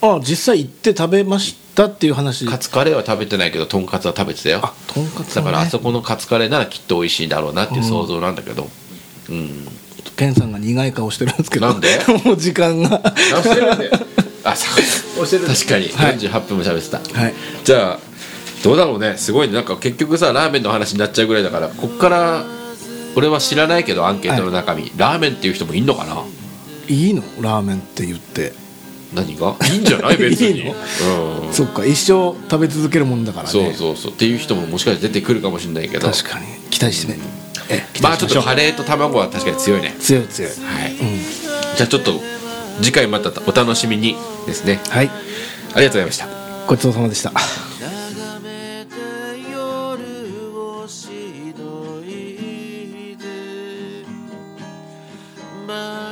Speaker 2: あ実際行って食べましたっていう話
Speaker 1: カツカレーは食べてないけどとんかつは食べてたよ
Speaker 2: あとんかつ
Speaker 1: だからあそ
Speaker 2: こ
Speaker 1: このカツカレーならきっと美味しいだろうなっていう想像なんだけど、うん
Speaker 2: ケンさんが苦い顔してるんですけど
Speaker 1: なんで
Speaker 2: <laughs> もう時間が <laughs> は
Speaker 3: 押してるんで
Speaker 1: あそう
Speaker 2: <laughs>
Speaker 3: 押してるんで
Speaker 1: 確かに
Speaker 2: はい
Speaker 1: 48分も喋ってた、
Speaker 2: い
Speaker 1: じゃあどうだろうねすごいねなんか結局さラーメンの話になっちゃうぐらいだからこっから俺は知らないけどアンケートの中身、ラーメンっていう人もいんのかない
Speaker 2: いのラーメンって言って
Speaker 1: 何がいいんじゃ
Speaker 2: <laughs>
Speaker 1: ない別に
Speaker 2: いいの
Speaker 1: うん
Speaker 2: そっか一生食べ続けるもんだからね
Speaker 1: そうそうそうっていう人ももしかして出てくるかもしれないけど
Speaker 2: 確かに期待してねええ期
Speaker 1: まあ
Speaker 2: 待し
Speaker 1: ちょ
Speaker 2: ま
Speaker 1: っと
Speaker 2: しょう
Speaker 1: カレーと卵は確かに強いね
Speaker 2: 強い強い
Speaker 1: はい、
Speaker 2: うん
Speaker 1: じゃあちょっと次回またお楽しみにですね
Speaker 2: はい
Speaker 1: ありがとうございました
Speaker 2: ごちそうさまでした
Speaker 4: 眺めて夜をしのいで窓